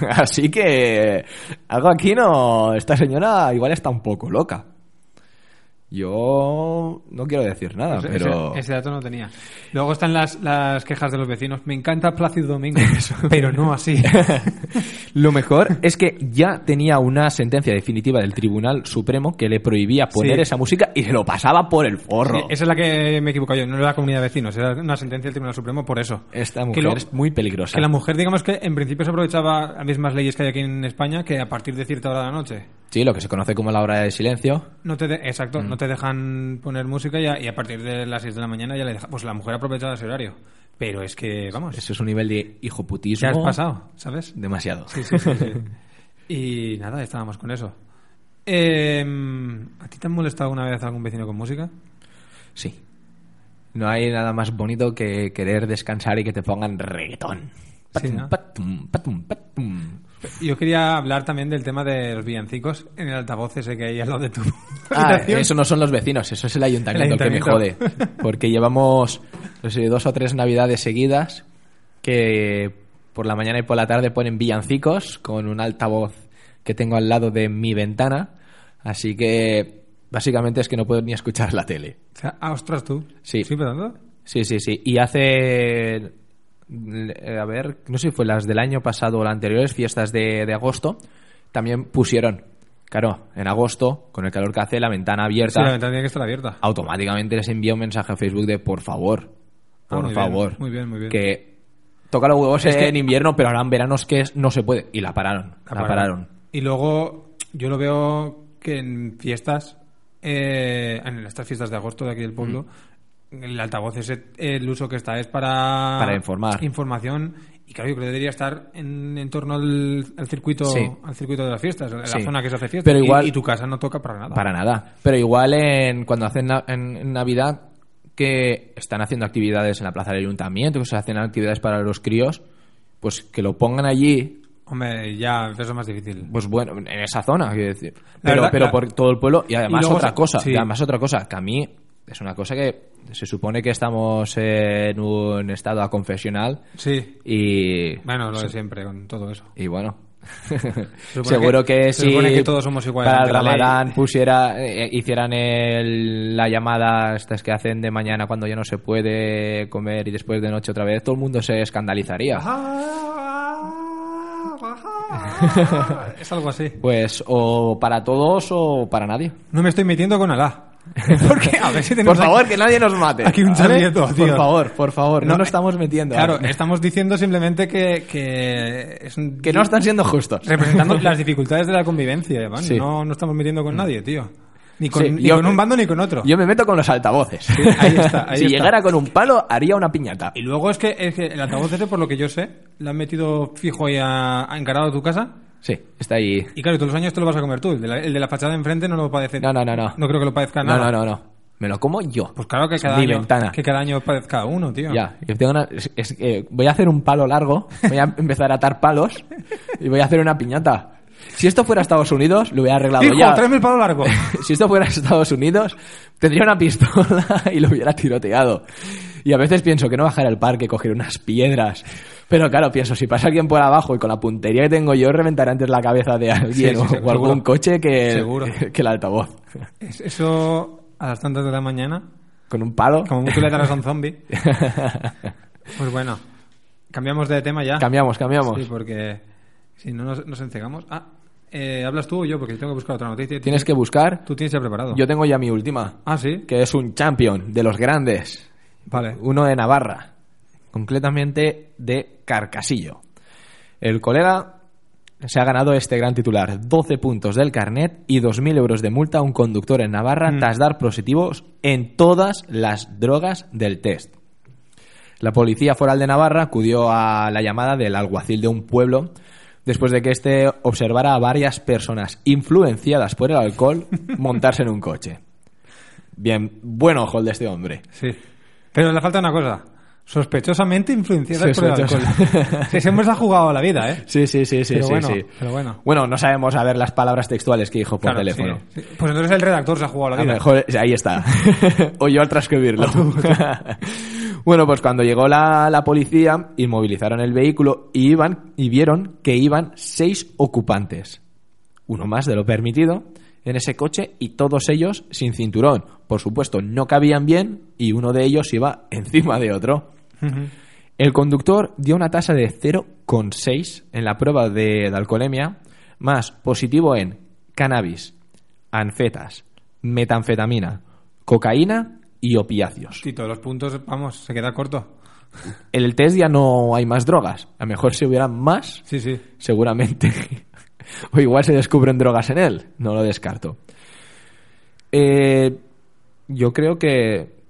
[SPEAKER 1] Así que algo aquí no. Esta señora igual está un poco loca. Yo no quiero decir nada,
[SPEAKER 2] Ese-
[SPEAKER 1] Ah, pero.
[SPEAKER 2] ese, ese dato no tenía. Luego están las, las quejas de los vecinos. Me encanta Plácido Domingo, pero no así.
[SPEAKER 1] Lo mejor es que ya tenía una sentencia definitiva del Tribunal Supremo que le prohibía poner
[SPEAKER 2] Sí.
[SPEAKER 1] esa música y se lo pasaba por el forro.
[SPEAKER 2] Sí, esa es la que me he equivocado yo, no era la comunidad de vecinos, era una sentencia del Tribunal Supremo por eso.
[SPEAKER 1] Esta
[SPEAKER 2] Que
[SPEAKER 1] mujer
[SPEAKER 2] lo-
[SPEAKER 1] es muy peligrosa.
[SPEAKER 2] Que la mujer, digamos que en principio se aprovechaba las mismas leyes que hay aquí en España, que a partir de cierta hora de la noche
[SPEAKER 1] Sí, lo que se conoce como la hora de silencio.
[SPEAKER 2] No te de- exacto,
[SPEAKER 1] Mm.
[SPEAKER 2] no te dejan poner música y a, y a partir de las 6 de la mañana ya le deja- Pues la mujer aprovechaba ese horario. Pero es que, vamos,
[SPEAKER 1] Eso es un nivel de hijoputismo.
[SPEAKER 2] ya has pasado, ¿sabes?
[SPEAKER 1] Demasiado.
[SPEAKER 2] Y nada, estábamos con eso. Em, ¿A ti te han molestado alguna vez algún vecino con música?
[SPEAKER 1] Sí. No hay nada más bonito que querer descansar y que te pongan reggaetón.
[SPEAKER 2] Sí,
[SPEAKER 1] Patum,
[SPEAKER 2] ¿no?
[SPEAKER 1] patum, patum, patum.
[SPEAKER 2] Yo quería hablar también del tema de los villancicos en el altavoz ese que hay al lado de tu
[SPEAKER 1] Ah,
[SPEAKER 2] habitación.
[SPEAKER 1] eso no son los vecinos, eso es el ayuntamiento,
[SPEAKER 2] El
[SPEAKER 1] el que me
[SPEAKER 2] ayuntamiento.
[SPEAKER 1] jode. Porque llevamos no sé, dos o tres navidades seguidas que por la mañana y por la tarde ponen villancicos con un altavoz que tengo al lado de mi ventana. Así que básicamente es que no puedo ni escuchar la tele.
[SPEAKER 2] O sea, ah, ostras, tú.
[SPEAKER 1] Sí.
[SPEAKER 2] ¿Sí, perdón?
[SPEAKER 1] Sí, sí, sí. Y hace. eh, A ver, no sé si fue las del año pasado o las anteriores, fiestas de, de agosto, también pusieron. Claro, en agosto, con el calor que hace, la ventana
[SPEAKER 2] Sí,
[SPEAKER 1] abierta
[SPEAKER 2] la ventana tiene que estar abierta.
[SPEAKER 1] automáticamente les envía un mensaje a Facebook de por favor,
[SPEAKER 2] Ah,
[SPEAKER 1] por
[SPEAKER 2] muy bien,
[SPEAKER 1] favor.
[SPEAKER 2] muy bien, muy bien.
[SPEAKER 1] Que toca los huevos
[SPEAKER 2] Es que-
[SPEAKER 1] en invierno, pero ahora en veranos que es- no se puede. Y la pararon, la, pararon.
[SPEAKER 2] Y luego yo lo veo que en fiestas, eh, en estas fiestas de agosto de aquí
[SPEAKER 1] Mm.
[SPEAKER 2] del pueblo, el altavoz ese, el uso que está es para...
[SPEAKER 1] Para informar.
[SPEAKER 2] Información. Y claro, yo creo que debería estar en, en torno al, al circuito
[SPEAKER 1] Sí.
[SPEAKER 2] al circuito de las fiestas, la
[SPEAKER 1] Sí.
[SPEAKER 2] zona que se hace fiesta.
[SPEAKER 1] Pero
[SPEAKER 2] Y-
[SPEAKER 1] igual-
[SPEAKER 2] Y, tu casa no toca para nada.
[SPEAKER 1] Para nada. Pero igual en, cuando hacen na- en, en Navidad que están haciendo actividades en la plaza del ayuntamiento, que se hacen actividades para los críos, pues que lo pongan allí,
[SPEAKER 2] Hombre, ya, eso es más difícil.
[SPEAKER 1] pues bueno, en esa zona, quiero decir.
[SPEAKER 2] La
[SPEAKER 1] Pero,
[SPEAKER 2] verdad-
[SPEAKER 1] pero
[SPEAKER 2] la-
[SPEAKER 1] por todo el pueblo. Y además
[SPEAKER 2] Y luego
[SPEAKER 1] otra
[SPEAKER 2] se-
[SPEAKER 1] cosa,
[SPEAKER 2] sí.
[SPEAKER 1] y además otra cosa, que a mí es una cosa que se supone que estamos en un estado aconfesional
[SPEAKER 2] Sí.
[SPEAKER 1] y,
[SPEAKER 2] Bueno, lo de siempre, con todo eso.
[SPEAKER 1] y bueno,
[SPEAKER 2] Se supone
[SPEAKER 1] Seguro que,
[SPEAKER 2] se
[SPEAKER 1] si
[SPEAKER 2] supone que todos somos iguales.
[SPEAKER 1] Para el
[SPEAKER 2] ante la ley.
[SPEAKER 1] Ramadán pusiera, eh, hicieran el- la llamada estas que hacen de mañana cuando ya no se puede comer y después de noche otra vez, todo el mundo se escandalizaría.
[SPEAKER 2] Es algo así.
[SPEAKER 1] Pues o para todos o para nadie.
[SPEAKER 2] No me estoy metiendo con Alá. Porque a ver si
[SPEAKER 1] Por
[SPEAKER 2] tenemos
[SPEAKER 1] favor,
[SPEAKER 2] aquí-
[SPEAKER 1] que nadie nos mate.
[SPEAKER 2] aquí un
[SPEAKER 1] ¿vale?
[SPEAKER 2] charrieto,
[SPEAKER 1] Por
[SPEAKER 2] tío.
[SPEAKER 1] favor, por favor, no,
[SPEAKER 2] No,
[SPEAKER 1] nos estamos metiendo.
[SPEAKER 2] Claro, eh, estamos diciendo simplemente que, que es un-
[SPEAKER 1] que no están siendo justos.
[SPEAKER 2] representando las dificultades de la convivencia, Iván.
[SPEAKER 1] Sí. Mm.
[SPEAKER 2] No, no estamos metiendo con nadie, tío. Ni con,
[SPEAKER 1] Sí,
[SPEAKER 2] ni
[SPEAKER 1] yo- eh,
[SPEAKER 2] con un bando ni con otro.
[SPEAKER 1] Yo me meto con los altavoces.
[SPEAKER 2] ahí está, ahí
[SPEAKER 1] si
[SPEAKER 2] está.
[SPEAKER 1] llegara con un palo, haría una piñata.
[SPEAKER 2] Y luego es que, es que el altavoz ese, por lo que yo sé, le han metido fijo y ha, ha encarado a tu casa.
[SPEAKER 1] Sí, está ahí.
[SPEAKER 2] Y claro, todos los años te lo vas a comer tú. El de la, el de la fachada de enfrente no lo padece.
[SPEAKER 1] No, no, no, no.
[SPEAKER 2] No creo que lo padezca
[SPEAKER 1] No,
[SPEAKER 2] nada.
[SPEAKER 1] no, no, no. Me lo como yo.
[SPEAKER 2] Pues claro que
[SPEAKER 1] Es
[SPEAKER 2] cada,
[SPEAKER 1] mi
[SPEAKER 2] año,
[SPEAKER 1] ventana.
[SPEAKER 2] que cada año padezca uno, tío.
[SPEAKER 1] Ya, yo tengo una- es- es que voy a hacer un palo largo, voy a empezar a atar palos y voy a hacer una piñata. Si esto fuera Estados Unidos, lo hubiera arreglado
[SPEAKER 2] Hijo,
[SPEAKER 1] ya.
[SPEAKER 2] tráeme el palo largo.
[SPEAKER 1] Si esto fuera Estados Unidos, tendría una pistola y lo hubiera tiroteado. Y a veces pienso que no bajar al parque, coger unas piedras. Pero claro, pienso, si pasa alguien por abajo y con la puntería que tengo yo, reventaré antes la cabeza de alguien
[SPEAKER 2] Sí, sí,
[SPEAKER 1] o,
[SPEAKER 2] sí,
[SPEAKER 1] o algún
[SPEAKER 2] seguro.
[SPEAKER 1] coche que,
[SPEAKER 2] Seguro.
[SPEAKER 1] que el altavoz.
[SPEAKER 2] Es- Eso a las tantas de la mañana,
[SPEAKER 1] Con un palo.
[SPEAKER 2] como mucho le darás a un zombie. Pues bueno, cambiamos de tema ya.
[SPEAKER 1] Cambiamos, cambiamos.
[SPEAKER 2] Sí, pues. porque si no nos, nos encegamos. Ah, eh, ¿hablas tú o yo? Porque tengo que buscar otra noticia.
[SPEAKER 1] Tienes que buscar.
[SPEAKER 2] Tú tienes ya preparado.
[SPEAKER 1] Yo tengo ya mi última.
[SPEAKER 2] Ah, sí.
[SPEAKER 1] que es un champion de los grandes,
[SPEAKER 2] Vale.
[SPEAKER 1] uno de Navarra, concretamente de Carcasillo. El colega se ha ganado este gran titular, 12 puntos del carnet y 2.000 euros de multa a un conductor en Navarra
[SPEAKER 2] Mm.
[SPEAKER 1] tras dar positivos en todas las drogas del test. La policía foral de Navarra acudió a la llamada del alguacil de un pueblo después de que éste observara a varias personas influenciadas por el alcohol montarse en un coche. Bien, buen ojo el de este hombre.
[SPEAKER 2] Sí. Pero le falta una cosa. Sospechosamente influenciadas por el
[SPEAKER 1] Sospechosa.
[SPEAKER 2] alcohol. Sí, se hemos ha jugado a la vida, ¿eh?
[SPEAKER 1] Sí, sí, sí, sí,
[SPEAKER 2] Pero
[SPEAKER 1] sí,
[SPEAKER 2] bueno,
[SPEAKER 1] sí.
[SPEAKER 2] pero bueno.
[SPEAKER 1] no sabemos a ver las palabras textuales que dijo por
[SPEAKER 2] Claro,
[SPEAKER 1] teléfono.
[SPEAKER 2] sí, sí. Pues entonces el redactor se ha jugado a
[SPEAKER 1] A lo
[SPEAKER 2] la vida.
[SPEAKER 1] mejor ahí está. o yo al transcribirlo. bueno, pues cuando llegó la, la policía, inmovilizaron el vehículo y, iban, y vieron que iban seis ocupantes. Uno más de lo permitido en ese coche y todos ellos sin cinturón. Por supuesto, no cabían bien y uno de ellos iba encima de otro. El conductor dio una tasa de 0,6 en la prueba de, de alcoholemia, más positivo en cannabis, anfetas, metanfetamina, cocaína y opiáceos.
[SPEAKER 2] Tito, los puntos, vamos, se queda corto.
[SPEAKER 1] En el test ya no hay más drogas. A lo mejor si hubieran más,
[SPEAKER 2] Sí, sí.
[SPEAKER 1] seguramente. o igual se descubren drogas en él. No lo descarto. Eh, yo creo que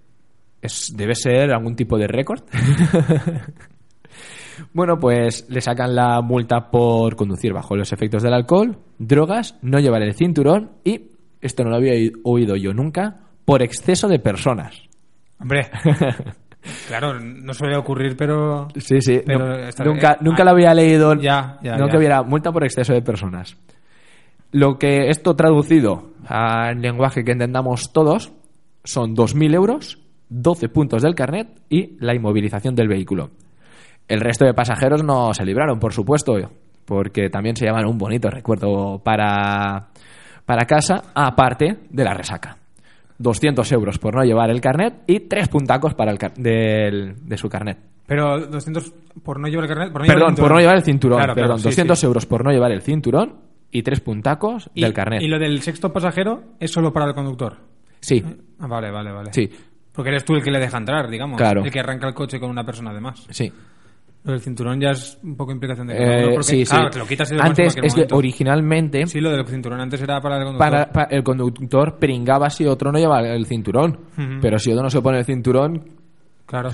[SPEAKER 1] es- debe ser algún tipo de récord. bueno, pues le sacan la multa por conducir bajo los efectos del alcohol, drogas, no llevar el cinturón y, esto no lo había oí- oído yo nunca, por exceso de personas.
[SPEAKER 2] Hombre. claro, no suele ocurrir, pero.
[SPEAKER 1] Sí, sí.
[SPEAKER 2] Pero
[SPEAKER 1] Nu-
[SPEAKER 2] esta-
[SPEAKER 1] nunca
[SPEAKER 2] eh,
[SPEAKER 1] nunca
[SPEAKER 2] ah,
[SPEAKER 1] lo había leído.
[SPEAKER 2] Ya, ya,
[SPEAKER 1] Nunca
[SPEAKER 2] ya.
[SPEAKER 1] hubiera multa por exceso de personas. Lo que esto traducido al lenguaje que entendamos todos son 2.000 euros, 12 puntos del carnet y la inmovilización del vehículo. El resto de pasajeros no se libraron, por supuesto, porque también se llevan un bonito recuerdo para, para casa, aparte de la resaca. 200 euros por no llevar el carnet y tres puntacos para el car- del- de su carnet.
[SPEAKER 2] Pero 200 por no llevar el carnet. Por no
[SPEAKER 1] Perdón, por no llevar el cinturón.
[SPEAKER 2] Claro, claro,
[SPEAKER 1] perdón,
[SPEAKER 2] sí,
[SPEAKER 1] 200
[SPEAKER 2] sí.
[SPEAKER 1] euros por no llevar el cinturón y tres puntacos
[SPEAKER 2] Y-
[SPEAKER 1] del carnet.
[SPEAKER 2] Y lo del sexto pasajero es solo para el conductor.
[SPEAKER 1] Sí,
[SPEAKER 2] Ah, vale, vale, vale.
[SPEAKER 1] sí,
[SPEAKER 2] Porque eres tú el que le deja entrar, digamos.
[SPEAKER 1] Claro.
[SPEAKER 2] El que arranca el coche con una persona de más.
[SPEAKER 1] sí.
[SPEAKER 2] Lo del cinturón ya es un poco implicación de cada
[SPEAKER 1] Eh,
[SPEAKER 2] uno, porque,
[SPEAKER 1] sí, sí.
[SPEAKER 2] claro, te lo quitas y lo pones en
[SPEAKER 1] Antes
[SPEAKER 2] cualquier
[SPEAKER 1] es que
[SPEAKER 2] momento.
[SPEAKER 1] originalmente
[SPEAKER 2] Sí, lo del cinturón antes era para el conductor.
[SPEAKER 1] para, para- el conductor pringaba si otro no llevaba el cinturón.
[SPEAKER 2] Ujú.
[SPEAKER 1] Pero si otro no se pone el cinturón,
[SPEAKER 2] Claro.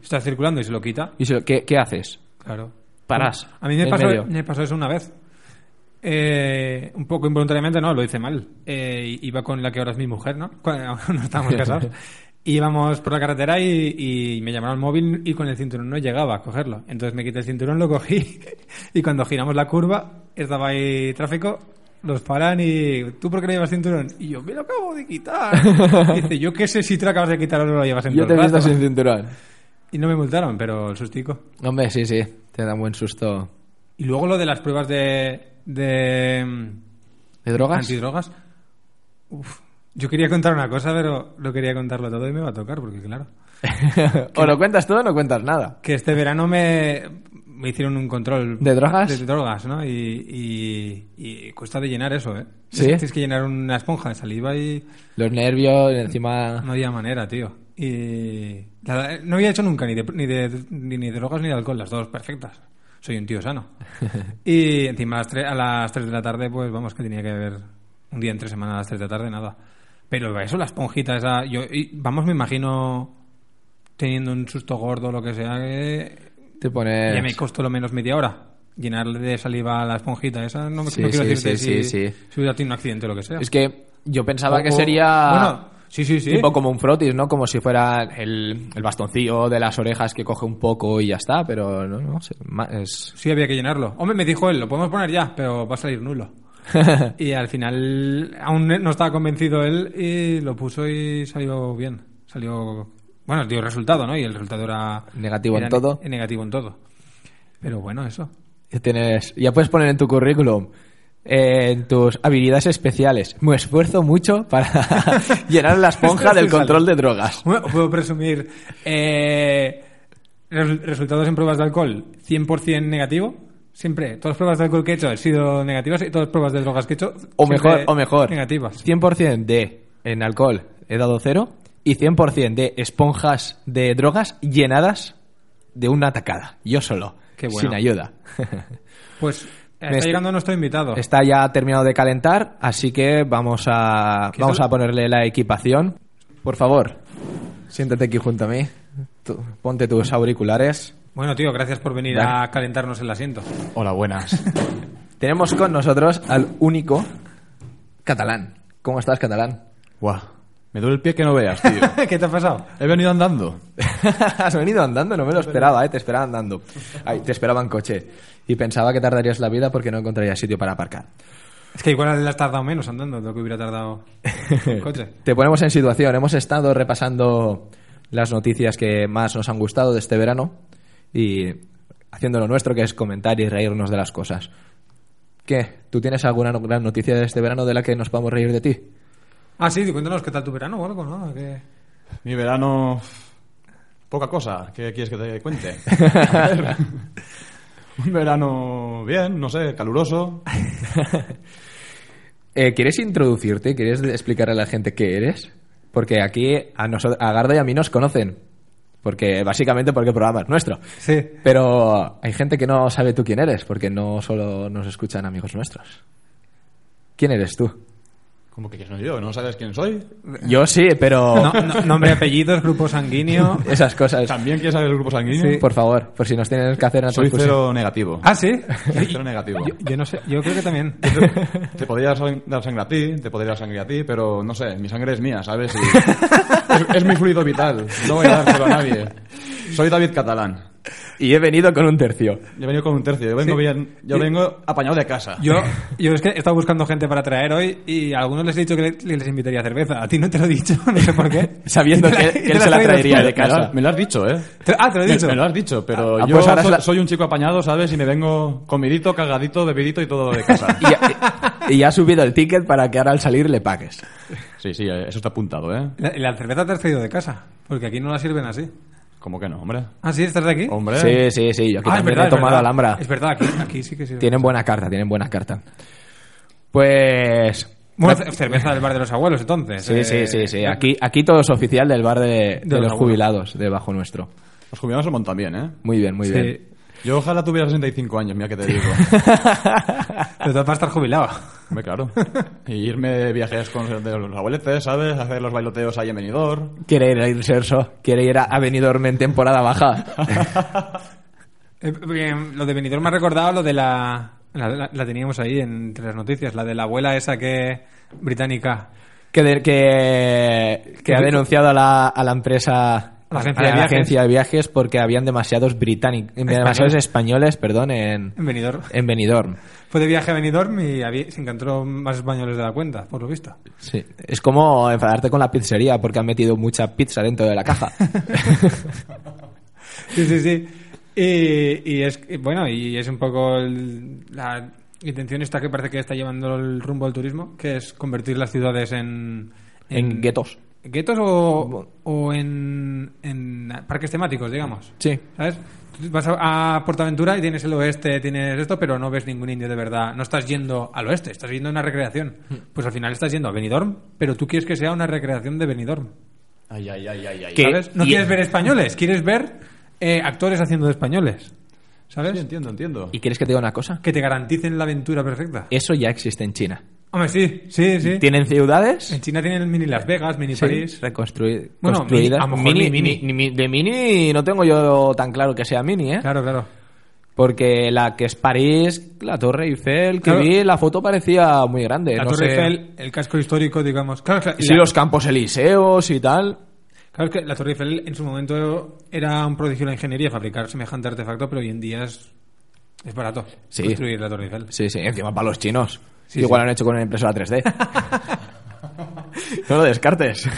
[SPEAKER 2] Está circulando y se lo quita.
[SPEAKER 1] y se lo- ¿qué, qué haces?
[SPEAKER 2] Claro.
[SPEAKER 1] Paras.
[SPEAKER 2] A mí me
[SPEAKER 1] en
[SPEAKER 2] pasó,
[SPEAKER 1] medio.
[SPEAKER 2] me pasó eso una vez. Eh, un poco involuntariamente, no, lo hice mal. Eh, iba con la que ahora es mi mujer, ¿no? Cuando aún no estábamos casados. Y íbamos por la carretera y, y me llamaron al móvil y con el cinturón no llegaba a cogerlo. Entonces me quité el cinturón, lo cogí y cuando giramos la curva estaba ahí tráfico, los paran y ¿tú por qué no llevas cinturón? Y yo, me lo acabo de quitar. Y dice, yo qué sé si te lo acabas de quitar o no lo llevas en
[SPEAKER 1] Yo
[SPEAKER 2] todo
[SPEAKER 1] te he
[SPEAKER 2] el
[SPEAKER 1] visto
[SPEAKER 2] rato".
[SPEAKER 1] sin cinturón.
[SPEAKER 2] Y no me multaron, pero el sustico.
[SPEAKER 1] Hombre, sí, sí. Te da un buen susto.
[SPEAKER 2] Y luego lo de las pruebas de, de mm,
[SPEAKER 1] ¿De drogas?
[SPEAKER 2] antidrogas. Uf, yo quería contar una cosa, pero lo quería contarlo todo y me va a tocar, porque claro.
[SPEAKER 1] o lo cuentas todo o no cuentas nada.
[SPEAKER 2] Que este verano me, me hicieron un control.
[SPEAKER 1] ¿De drogas?
[SPEAKER 2] De drogas, ¿no? Y, y- y cuesta de llenar eso, ¿eh?
[SPEAKER 1] ¿Sí?
[SPEAKER 2] Tienes que llenar una esponja de saliva y
[SPEAKER 1] Los nervios, encima...
[SPEAKER 2] no había manera, tío. Y la verdad, eh, no había hecho nunca ni de, ni de ni, ni drogas ni de alcohol, las dos perfectas. Soy un tío sano. y encima a las, tre- a las 3 de la tarde, pues vamos, que tenía que beber un día entre semana a las 3 de la tarde, nada. Pero eso, la esponjita esa... Yo, y, vamos, me imagino teniendo un susto gordo o lo que sea, que
[SPEAKER 1] Te pones...
[SPEAKER 2] ya me costó lo menos media hora. Llenarle de saliva a la esponjita esa, no, me no
[SPEAKER 1] Sí,
[SPEAKER 2] quiero
[SPEAKER 1] sí,
[SPEAKER 2] decirte
[SPEAKER 1] sí,
[SPEAKER 2] si,
[SPEAKER 1] sí, sí.
[SPEAKER 2] si hubiera tenido un accidente o lo que sea.
[SPEAKER 1] Es que yo pensaba
[SPEAKER 2] O-
[SPEAKER 1] que
[SPEAKER 2] o-
[SPEAKER 1] sería...
[SPEAKER 2] Bueno, sí, sí, sí.
[SPEAKER 1] Tipo como un frotis, ¿no? Como si fuera el, el bastoncillo de las orejas que coge un poco y ya está, pero no, no, se- ma- es...
[SPEAKER 2] Sí, había que llenarlo. Hombre, me dijo él, lo podemos poner ya, pero va a salir nulo. y al final aún no estaba convencido él y lo puso y salió bien. Salió. Bueno, dio resultado, ¿no? Y el resultado era.
[SPEAKER 1] Negativo en
[SPEAKER 2] era
[SPEAKER 1] todo.
[SPEAKER 2] ne- negativo en todo. Pero bueno, eso.
[SPEAKER 1] Ya tienes, ya puedes poner en tu currículum, eh, en tus habilidades especiales. Me esfuerzo mucho para llenar la esponja del control de drogas.
[SPEAKER 2] Bueno, puedo presumir. eh, res- resultados en pruebas de alcohol, 100% negativo. Siempre. Todas las pruebas de alcohol que he hecho han sido negativas y todas las pruebas de drogas que he hecho.
[SPEAKER 1] O
[SPEAKER 2] siempre
[SPEAKER 1] mejor, o mejor.
[SPEAKER 2] Negativas.
[SPEAKER 1] 100% de en alcohol he dado cero y 100% de esponjas de drogas llenadas de una atacada. Yo solo.
[SPEAKER 2] Qué bueno.
[SPEAKER 1] Sin ayuda.
[SPEAKER 2] Pues eh, está
[SPEAKER 1] estoy-
[SPEAKER 2] llegando nuestro invitado.
[SPEAKER 1] Está ya terminado de calentar, así que vamos a,
[SPEAKER 2] ¿Qué
[SPEAKER 1] vamos
[SPEAKER 2] tal?
[SPEAKER 1] a ponerle la equipación. Por favor, siéntate aquí junto a mí. Tú, ponte tus auriculares.
[SPEAKER 2] Bueno, tío, gracias por venir
[SPEAKER 1] Dale.
[SPEAKER 2] a calentarnos el asiento.
[SPEAKER 1] Hola, buenas. Tenemos con nosotros al único catalán. ¿Cómo estás, catalán?
[SPEAKER 3] Guau. Me duele el pie que no veas, tío.
[SPEAKER 2] ¿Qué te ha pasado?
[SPEAKER 3] He venido andando.
[SPEAKER 1] Has venido andando, no me lo esperaba, ¿eh? te esperaba andando. Ay, te esperaba en coche. Y pensaba que tardarías la vida porque no encontrarías sitio para aparcar.
[SPEAKER 2] Es que igual has tardado menos andando de lo que hubiera tardado el coche.
[SPEAKER 1] Te ponemos en situación. Hemos estado repasando las noticias que más nos han gustado de este verano y haciendo lo nuestro, que es comentar y reírnos de las cosas. ¿Qué? ¿Tú tienes alguna no- gran noticia de este verano de la que nos podamos reír de ti?
[SPEAKER 2] Ah, sí, cuéntanos qué tal tu verano o algo, ¿no? ¿Qué-
[SPEAKER 3] Mi verano. Poca cosa. ¿Qué quieres que te cuente? A ver. Un verano bien, no sé, caluroso.
[SPEAKER 1] Eh, ¿Quieres introducirte? ¿Quieres explicarle a la gente qué eres? Porque aquí a, noso- a Garda y a mí nos conocen. Porque básicamente porque el programa es nuestro.
[SPEAKER 2] Sí.
[SPEAKER 1] Pero hay gente que no sabe tú quién eres, porque no solo nos escuchan amigos nuestros. ¿Quién eres tú?
[SPEAKER 3] ¿Cómo que soy yo? ¿No sabes quién soy?
[SPEAKER 1] Yo sí, pero
[SPEAKER 2] No- no- nombre, apellidos, grupo sanguíneo.
[SPEAKER 1] esas cosas.
[SPEAKER 3] ¿También quieres saber el grupo sanguíneo?
[SPEAKER 1] Por favor, por si nos tienen que hacer una
[SPEAKER 3] Soy
[SPEAKER 1] transfusión.
[SPEAKER 3] cero negativo.
[SPEAKER 2] Ah, sí.
[SPEAKER 3] Cero negativo.
[SPEAKER 2] Yo, yo no sé, yo creo que también.
[SPEAKER 3] Te podría sang- dar sangre a ti, te podría dar sangre a ti, pero no sé, mi sangre es mía, ¿sabes? Y es, es mi fluido vital, no voy a dárselo a nadie. Soy David Catalán.
[SPEAKER 1] Y he venido con un tercio.
[SPEAKER 3] Yo vengo con un tercio, yo vengo
[SPEAKER 2] Sí.
[SPEAKER 3] bien, yo vengo apañado de casa.
[SPEAKER 2] Yo, yo es que he estado buscando gente para traer hoy y a algunos les he dicho que le- que les invitaría a cerveza. A ti no te lo he dicho, no sé por qué.
[SPEAKER 1] Sabiendo
[SPEAKER 2] Y te
[SPEAKER 1] que-
[SPEAKER 2] la-
[SPEAKER 1] que
[SPEAKER 2] y te
[SPEAKER 1] él se la
[SPEAKER 2] has traído
[SPEAKER 1] traería
[SPEAKER 2] tú.
[SPEAKER 1] de casa.
[SPEAKER 3] Me lo has dicho, ¿eh?
[SPEAKER 2] Te- Ah, te lo he
[SPEAKER 3] Me-
[SPEAKER 2] dicho.
[SPEAKER 3] Me, lo has dicho, pero
[SPEAKER 1] Ah,
[SPEAKER 3] yo
[SPEAKER 1] pues ahora
[SPEAKER 3] so-
[SPEAKER 1] es la-
[SPEAKER 3] soy un chico apañado, ¿sabes? Y me vengo comidito, cagadito, bebidito y todo de casa.
[SPEAKER 1] Y ha, y ha subido el ticket para que ahora al salir le pagues.
[SPEAKER 3] sí, sí, eh, eso está apuntado, ¿eh?
[SPEAKER 2] La, la cerveza te has traído de casa, porque aquí no la sirven así.
[SPEAKER 3] ¿Cómo que no, hombre?
[SPEAKER 2] Ah, sí, estás de aquí.
[SPEAKER 3] Hombre.
[SPEAKER 1] Sí, sí, sí. Yo aquí
[SPEAKER 2] Ah, es
[SPEAKER 1] también
[SPEAKER 2] verdad,
[SPEAKER 1] he
[SPEAKER 2] es
[SPEAKER 1] tomado
[SPEAKER 2] verdad.
[SPEAKER 1] Alhambra.
[SPEAKER 2] Es verdad, aquí, aquí sí que sí.
[SPEAKER 1] Tienen buena carta, tienen buena carta. Pues...
[SPEAKER 2] Bueno, ce- cerveza del bar de los abuelos, entonces.
[SPEAKER 1] Sí,
[SPEAKER 2] eh,
[SPEAKER 1] sí, sí, sí. Aquí, aquí todo es oficial del bar de, de
[SPEAKER 2] los
[SPEAKER 1] los
[SPEAKER 2] abuelos.
[SPEAKER 1] jubilados, debajo nuestro.
[SPEAKER 3] Los jubilados se montan bien, ¿eh?
[SPEAKER 1] Muy bien, muy
[SPEAKER 2] sí.
[SPEAKER 1] bien.
[SPEAKER 3] Yo ojalá tuviera 65 años, mira que te digo.
[SPEAKER 2] Pero tú vas a estar jubilado.
[SPEAKER 3] Hombre, claro. Y irme de viajes con los- de los abueletes, ¿sabes? Hacer los bailoteos ahí en Benidorm.
[SPEAKER 1] Quiere ir a Irserso, quiere ir a, a Benidorm en temporada baja.
[SPEAKER 2] Eh, bien, lo de Benidorm me ha recordado lo de la, la, la- la teníamos ahí entre las noticias, la de la abuela esa que británica.
[SPEAKER 1] Que, de- que, que ha denunciado a la, a la empresa,
[SPEAKER 2] A la agencia de viajes.
[SPEAKER 1] agencia de viajes porque habían demasiados británicos, demasiados españoles, perdón, en,
[SPEAKER 2] En Benidorm.
[SPEAKER 1] en Benidorm.
[SPEAKER 2] Fue de viaje a Benidorm y había- se encontró más españoles de la cuenta, por lo visto.
[SPEAKER 1] Sí. Es como enfadarte con la pizzería porque han metido mucha pizza dentro de la caja.
[SPEAKER 2] Sí, sí, sí. Y, y es y bueno, y es un poco el- la intención esta que parece que está llevando el rumbo al turismo, que es convertir las ciudades en
[SPEAKER 1] En guetos.
[SPEAKER 2] guetos o, o en, en parques temáticos, digamos.
[SPEAKER 1] Sí.
[SPEAKER 2] ¿Sabes? Tú Vas a, a Portaventura y tienes el oeste, tienes esto, pero no ves ningún indio de verdad. No estás yendo al oeste, estás yendo a una recreación.
[SPEAKER 1] Hmm.
[SPEAKER 2] Pues al final estás yendo a Benidorm, pero tú quieres que sea una recreación de Benidorm.
[SPEAKER 3] Ay, ay, ay, ay, ay.
[SPEAKER 1] Que-
[SPEAKER 2] ¿Sabes? No
[SPEAKER 1] y-
[SPEAKER 2] quieres ver españoles, quieres ver eh, actores haciendo de españoles. ¿Sabes?
[SPEAKER 3] Sí, entiendo, entiendo.
[SPEAKER 1] ¿Y quieres que te diga una cosa?
[SPEAKER 2] Que te garanticen la aventura perfecta.
[SPEAKER 1] Eso ya existe en China.
[SPEAKER 2] Hombre, sí, sí, sí.
[SPEAKER 1] Tienen ciudades
[SPEAKER 2] En China tienen el mini Las Vegas, mini París.
[SPEAKER 1] reconstruidas.
[SPEAKER 2] Bueno,
[SPEAKER 1] construidas.
[SPEAKER 2] mini- a lo mejor ni mini.
[SPEAKER 1] ni- ni- de mini no tengo yo tan claro que sea mini, ¿eh?
[SPEAKER 2] Claro, claro.
[SPEAKER 1] Porque la que es París, la Torre Eiffel, que
[SPEAKER 2] Claro.
[SPEAKER 1] vi, la foto parecía muy grande.
[SPEAKER 2] La
[SPEAKER 1] Eh, no
[SPEAKER 2] Torre
[SPEAKER 1] sé.
[SPEAKER 2] Eiffel, el casco histórico, digamos. Claro, claro,
[SPEAKER 1] Y sí,
[SPEAKER 2] la-
[SPEAKER 1] los campos elíseos y tal.
[SPEAKER 2] Claro, es que la Torre Eiffel en su momento era un prodigio de la ingeniería fabricar semejante artefacto, pero hoy en día es, es barato
[SPEAKER 1] Sí.
[SPEAKER 2] construir la Torre Eiffel.
[SPEAKER 1] Sí, sí, encima para los chinos.
[SPEAKER 2] Sí,
[SPEAKER 1] Igual
[SPEAKER 2] sí.
[SPEAKER 1] lo han hecho con una impresora 3D. no lo descartes.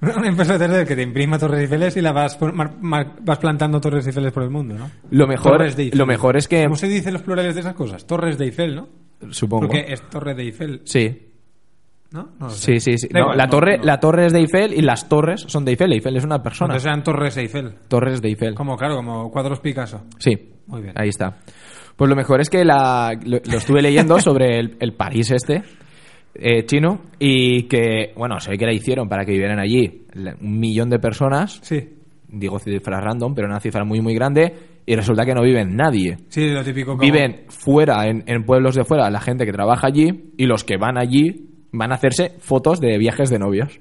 [SPEAKER 2] Una empresa de 3D que te imprima Torres Eiffeles y la vas, por- mar- mar- vas plantando Torres Eiffel por el mundo, ¿no?
[SPEAKER 1] Lo mejor,
[SPEAKER 2] Torres de Eiffel.
[SPEAKER 1] lo mejor es que...
[SPEAKER 2] ¿Cómo se dicen los plurales de esas cosas? Torres de Eiffel, ¿no?
[SPEAKER 1] Supongo.
[SPEAKER 2] Porque eh, es Torre de Eiffel,
[SPEAKER 1] Sí,
[SPEAKER 2] ¿no? No lo sé.
[SPEAKER 1] sí, sí. sí.
[SPEAKER 2] Da
[SPEAKER 1] No,
[SPEAKER 2] igual,
[SPEAKER 1] la,
[SPEAKER 2] no,
[SPEAKER 1] torre,
[SPEAKER 2] no.
[SPEAKER 1] la torre es de Eiffel y las torres son de Eiffel. Eiffel es una persona.
[SPEAKER 2] Entonces eran Torres Eiffel.
[SPEAKER 1] Torres de Eiffel.
[SPEAKER 2] Como, claro, como cuadros Picasso.
[SPEAKER 1] Sí.
[SPEAKER 2] Muy bien.
[SPEAKER 1] Ahí está. Pues lo mejor es que la, lo, lo estuve leyendo sobre el, el París este, eh, chino, y que, bueno, se ve que la hicieron para que vivieran allí la- un millón de personas.
[SPEAKER 2] Sí.
[SPEAKER 1] Digo cifra random, pero una cifra muy, muy grande, y resulta que no viven nadie.
[SPEAKER 2] Sí, lo típico como...
[SPEAKER 1] Viven fuera, en, en pueblos de fuera, la gente que trabaja allí, y los que van allí van a hacerse fotos de viajes de novios.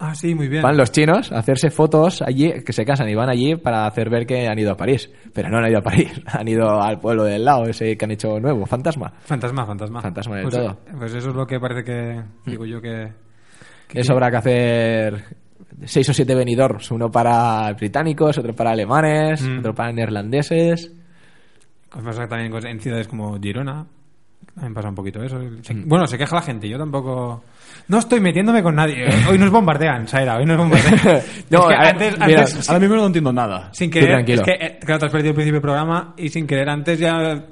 [SPEAKER 2] Ah, sí, muy bien.
[SPEAKER 1] Van los chinos a hacerse fotos allí, que se casan y van allí para hacer ver que han ido a París. Pero no han ido a París, han ido al pueblo del lado, ese que han hecho nuevo, fantasma.
[SPEAKER 2] Fantasma, fantasma.
[SPEAKER 1] Fantasma de
[SPEAKER 2] pues,
[SPEAKER 1] todo. Mm.
[SPEAKER 2] Pues eso es lo que parece que... Digo yo que... que-
[SPEAKER 1] Eso habrá que hacer seis o siete venidors, uno para británicos, otro para alemanes,
[SPEAKER 2] Mm.
[SPEAKER 1] otro para neerlandeses.
[SPEAKER 2] Pues pasa también cosas- en ciudades como Girona. También pasa un poquito eso. Se-
[SPEAKER 1] Mm.
[SPEAKER 2] Bueno, se queja la gente. Yo tampoco. No estoy metiéndome con nadie. ¿eh? Hoy nos bombardean, Saira. Hoy nos bombardean.
[SPEAKER 1] No,
[SPEAKER 2] Es que
[SPEAKER 1] a ver,
[SPEAKER 2] antes,
[SPEAKER 1] mira,
[SPEAKER 2] antes, sin,
[SPEAKER 3] Ahora mismo no entiendo nada.
[SPEAKER 2] sin
[SPEAKER 1] tú
[SPEAKER 2] querer.
[SPEAKER 1] tranquilo.
[SPEAKER 2] Es que, eh, claro, te has perdido el principio del programa y sin querer antes ya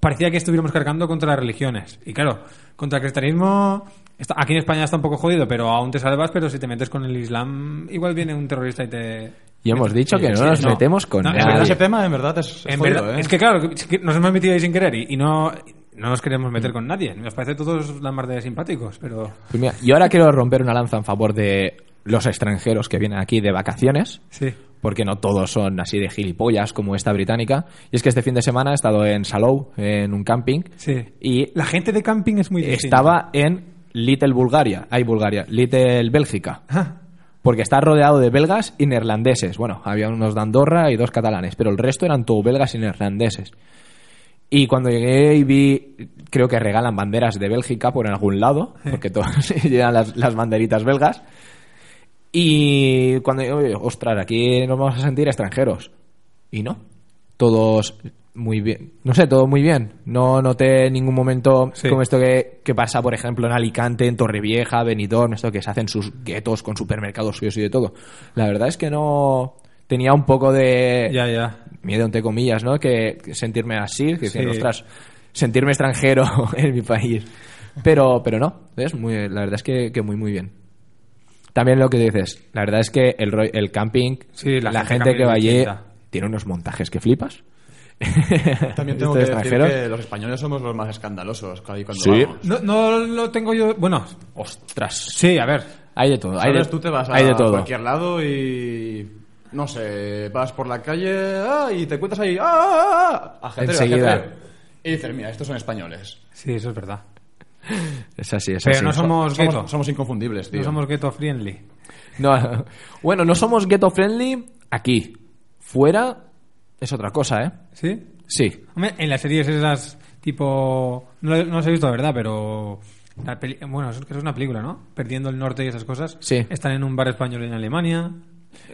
[SPEAKER 2] parecía que estuviéramos cargando contra las religiones. Y claro, contra el cristianismo. está- aquí en España está un poco jodido, pero aún te salvas. Pero si te metes con el Islam, igual viene un terrorista y te.
[SPEAKER 1] Y hemos dicho que no
[SPEAKER 2] sí,
[SPEAKER 1] nos
[SPEAKER 2] no.
[SPEAKER 1] metemos con
[SPEAKER 2] Este No, es
[SPEAKER 3] En
[SPEAKER 1] nadie.
[SPEAKER 3] verdad, ese tema en verdad es, es
[SPEAKER 2] En
[SPEAKER 3] jodido,
[SPEAKER 2] verdad,
[SPEAKER 3] ¿eh?
[SPEAKER 2] Es que claro, que- que nos hemos metido ahí sin querer y, y no, no nos queremos meter con nadie. Nos parece todos la mar de simpáticos, pero
[SPEAKER 1] Pues mira, yo ahora quiero romper una lanza en favor de los extranjeros que vienen aquí de vacaciones.
[SPEAKER 2] sí.
[SPEAKER 1] porque no todos son así de gilipollas como esta británica. Y es que este fin de semana he estado en Salou, en un camping,
[SPEAKER 2] Sí.
[SPEAKER 1] y
[SPEAKER 2] La gente de camping es muy distinta.
[SPEAKER 1] estaba en Little Bulgaria, ay Bulgaria, Little Bélgica,
[SPEAKER 2] Ah,
[SPEAKER 1] porque está rodeado de belgas y neerlandeses. Bueno, había unos de Andorra y dos catalanes, pero el resto eran todo belgas y neerlandeses. Y cuando llegué y vi, creo que regalan banderas de Bélgica por en algún lado, porque todos llevan las, las banderitas belgas. Y cuando yo, "Oye, ostras, aquí nos vamos a sentir extranjeros. Y no. Todos muy bien. No sé, todo muy bien. No noté en ningún momento
[SPEAKER 2] Sí.
[SPEAKER 1] como esto que, que pasa, por ejemplo, en Alicante, en Torrevieja, Benidorm, esto que se hacen sus guetos con supermercados suyos y de todo. La verdad es que no tenía un poco de
[SPEAKER 2] ya, ya.
[SPEAKER 1] miedo entre comillas, ¿no? Que que sentirme así, que decir,
[SPEAKER 2] Sí.
[SPEAKER 1] ostras, sentirme extranjero en mi país. Pero, pero no, es muy, la verdad es que, que muy, muy bien. También lo que dices, la verdad es que el, ro- el camping,
[SPEAKER 2] Sí,
[SPEAKER 1] la,
[SPEAKER 2] la gente
[SPEAKER 1] gente, que
[SPEAKER 2] camping
[SPEAKER 1] va allí
[SPEAKER 2] distinta.
[SPEAKER 1] tiene unos montajes que flipas.
[SPEAKER 3] También tengo que
[SPEAKER 1] Estos
[SPEAKER 3] decir
[SPEAKER 1] extranjeros.
[SPEAKER 3] que los españoles somos los más escandalosos cuando cuando
[SPEAKER 1] Sí.
[SPEAKER 3] vamos.
[SPEAKER 2] No, no lo tengo yo. Bueno,
[SPEAKER 1] Ostras,
[SPEAKER 2] sí, a ver.
[SPEAKER 1] hay de todo. Hay de,
[SPEAKER 3] Sabes, tú te vas a
[SPEAKER 1] hay de todo.
[SPEAKER 3] cualquier lado y no sé, vas por la calle ah, y te encuentras ahí ah, ah, ah, ajetreo,
[SPEAKER 1] Enseguida.
[SPEAKER 3] ajetreo. Y dices, mira, estos son españoles.
[SPEAKER 2] Sí, eso es verdad.
[SPEAKER 1] Es así, es
[SPEAKER 2] Pero
[SPEAKER 1] así.
[SPEAKER 2] no somos gueto.
[SPEAKER 3] Somos, somos inconfundibles, tío.
[SPEAKER 2] No somos gueto friendly.
[SPEAKER 1] No, bueno, no somos ghetto friendly aquí. Fuera es otra cosa, ¿eh?
[SPEAKER 2] ¿Sí?
[SPEAKER 1] Sí.
[SPEAKER 2] Hombre, en las series esas tipo... No, no las he visto, la verdad, pero... la peli- Bueno, eso es que es una película, ¿no? Perdiendo el norte y esas cosas.
[SPEAKER 1] Sí.
[SPEAKER 2] Están en un bar español en Alemania.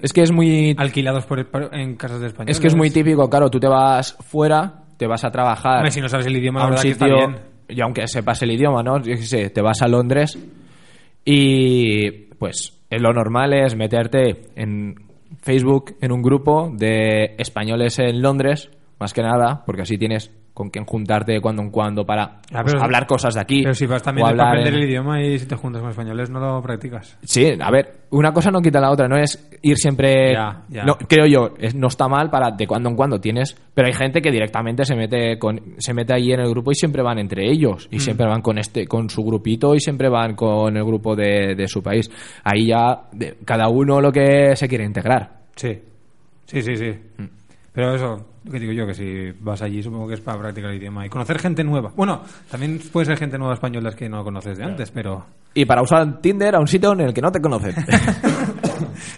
[SPEAKER 1] Es que es muy
[SPEAKER 2] Alquilados por, por- en casas de españoles.
[SPEAKER 1] Es que es muy típico, claro, tú te vas fuera, te vas a trabajar
[SPEAKER 2] Hombre, si no sabes el idioma,
[SPEAKER 1] a
[SPEAKER 2] la
[SPEAKER 1] un
[SPEAKER 2] verdad que está
[SPEAKER 1] sitio,
[SPEAKER 2] bien.
[SPEAKER 1] y aunque sepas el idioma, ¿no? Yo qué sé, te vas a Londres y pues eh, lo normal es meterte en Facebook en un grupo de españoles en Londres, más que nada, porque así tienes con quien juntarte de cuando en cuando para
[SPEAKER 2] Ah,
[SPEAKER 1] pues,
[SPEAKER 2] pero-
[SPEAKER 1] hablar cosas de aquí.
[SPEAKER 2] Pero si vas también
[SPEAKER 1] o
[SPEAKER 2] al
[SPEAKER 1] hablar
[SPEAKER 2] papel
[SPEAKER 1] en-
[SPEAKER 2] del idioma y si te juntas con españoles no lo practicas.
[SPEAKER 1] Sí, a ver, una cosa no quita la otra, no es ir siempre...
[SPEAKER 2] Ya, ya.
[SPEAKER 1] No, creo yo, es- no está mal para de cuando en cuando tienes, pero hay gente que directamente se mete con se mete ahí en el grupo y siempre van entre ellos, y siempre van con este con su grupito y siempre van con el grupo de, de su país. Ahí ya de- cada uno lo que se quiere integrar.
[SPEAKER 2] Sí. Sí, sí, sí.
[SPEAKER 1] Mm.
[SPEAKER 2] Pero eso, lo que digo yo, que si vas allí supongo que es para practicar el idioma y conocer gente nueva. Bueno, también puede ser gente nueva española que no conoces de antes, pero
[SPEAKER 1] Y para usar Tinder a un sitio en el que no te conocen.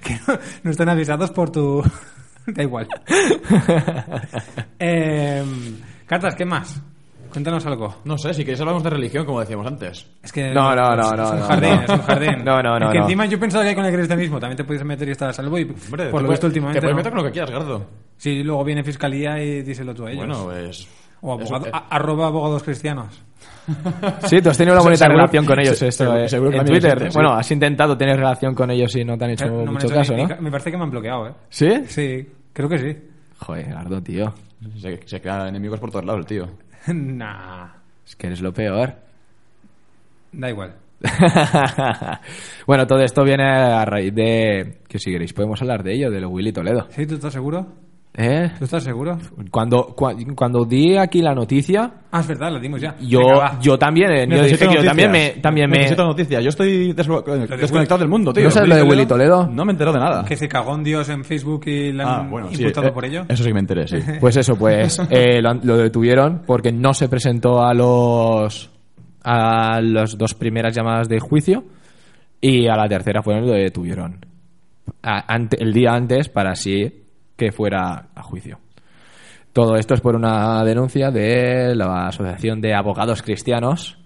[SPEAKER 2] que no, no están avisados por tu... da igual. eh, Cartas, ¿qué más? Cuéntanos algo.
[SPEAKER 3] No sé, si queréis hablamos de religión, como decíamos antes.
[SPEAKER 2] Es que
[SPEAKER 1] No, no, no,
[SPEAKER 2] es-
[SPEAKER 1] no,
[SPEAKER 2] Es un
[SPEAKER 1] no,
[SPEAKER 2] jardín,
[SPEAKER 1] no.
[SPEAKER 2] es un jardín.
[SPEAKER 1] No, no, no,
[SPEAKER 2] Es que
[SPEAKER 1] no.
[SPEAKER 2] encima yo pensaba que con el cristianismo también te podías meter y estar a salvo y
[SPEAKER 3] Hombre,
[SPEAKER 2] por
[SPEAKER 3] te
[SPEAKER 2] Pues lo
[SPEAKER 3] puedes-
[SPEAKER 2] visto
[SPEAKER 3] Te
[SPEAKER 2] últimamente.
[SPEAKER 3] puedes
[SPEAKER 2] ¿no?
[SPEAKER 3] meter con lo que quieras, Gardo.
[SPEAKER 2] Sí, luego viene fiscalía y díselo tú a ellos.
[SPEAKER 3] Bueno, pues.
[SPEAKER 2] o abogado-
[SPEAKER 3] eso-
[SPEAKER 2] a- arroba abogados cristianos.
[SPEAKER 1] sí, tú has tenido una
[SPEAKER 3] Se-
[SPEAKER 1] bonita
[SPEAKER 3] seguro-
[SPEAKER 1] relación con ellos
[SPEAKER 3] se-
[SPEAKER 1] esto,
[SPEAKER 3] seguro-
[SPEAKER 1] eh,
[SPEAKER 3] seguro que
[SPEAKER 1] en
[SPEAKER 3] también
[SPEAKER 1] Twitter.
[SPEAKER 3] existe, sí.
[SPEAKER 1] Bueno, has intentado tener relación con ellos y no te han hecho
[SPEAKER 2] Eh, no me han
[SPEAKER 1] mucho
[SPEAKER 2] hecho ni-
[SPEAKER 1] caso,
[SPEAKER 2] ni
[SPEAKER 1] ¿no?
[SPEAKER 2] ca- Me parece que me han bloqueado, ¿eh?
[SPEAKER 1] ¿Sí?
[SPEAKER 2] Sí, creo que sí.
[SPEAKER 1] Joder, Gardo, tío.
[SPEAKER 3] Se, se crea enemigos por todos lados, el tío.
[SPEAKER 2] nah,
[SPEAKER 1] Es que eres lo peor.
[SPEAKER 2] da igual.
[SPEAKER 1] bueno, todo esto viene a raíz de... Que si queréis podemos hablar de ello, de lo Willy Toledo.
[SPEAKER 2] ¿Sí? ¿Tú estás seguro?
[SPEAKER 1] ¿Eh?
[SPEAKER 2] ¿Tú estás seguro?
[SPEAKER 1] Cuando, cua- cuando di aquí la noticia,
[SPEAKER 2] Ah, es verdad, lo dimos ya.
[SPEAKER 1] yo,
[SPEAKER 2] Venga, va.
[SPEAKER 1] yo también... eh, yo,
[SPEAKER 3] Necesito
[SPEAKER 1] decir que yo también me...
[SPEAKER 3] noticias.
[SPEAKER 1] También me
[SPEAKER 3] Necesito noticias. Yo estoy deslo- eh, desconectado del mundo, tío.
[SPEAKER 1] ¿No sabes lo de Willy Toledo?
[SPEAKER 3] No me entero de nada.
[SPEAKER 2] Que se cagó en Dios en Facebook y le han
[SPEAKER 3] sí,
[SPEAKER 2] imputado
[SPEAKER 3] eh,
[SPEAKER 2] por ello.
[SPEAKER 3] Eso sí que me enteré, sí.
[SPEAKER 1] Pues eso, pues eh, lo, han- lo detuvieron porque no se presentó a los a las dos primeras llamadas de juicio y a la tercera fueron y lo detuvieron A- ante- el día antes para así que fuera a juicio. Todo esto es por una denuncia de la Asociación de Abogados Cristianos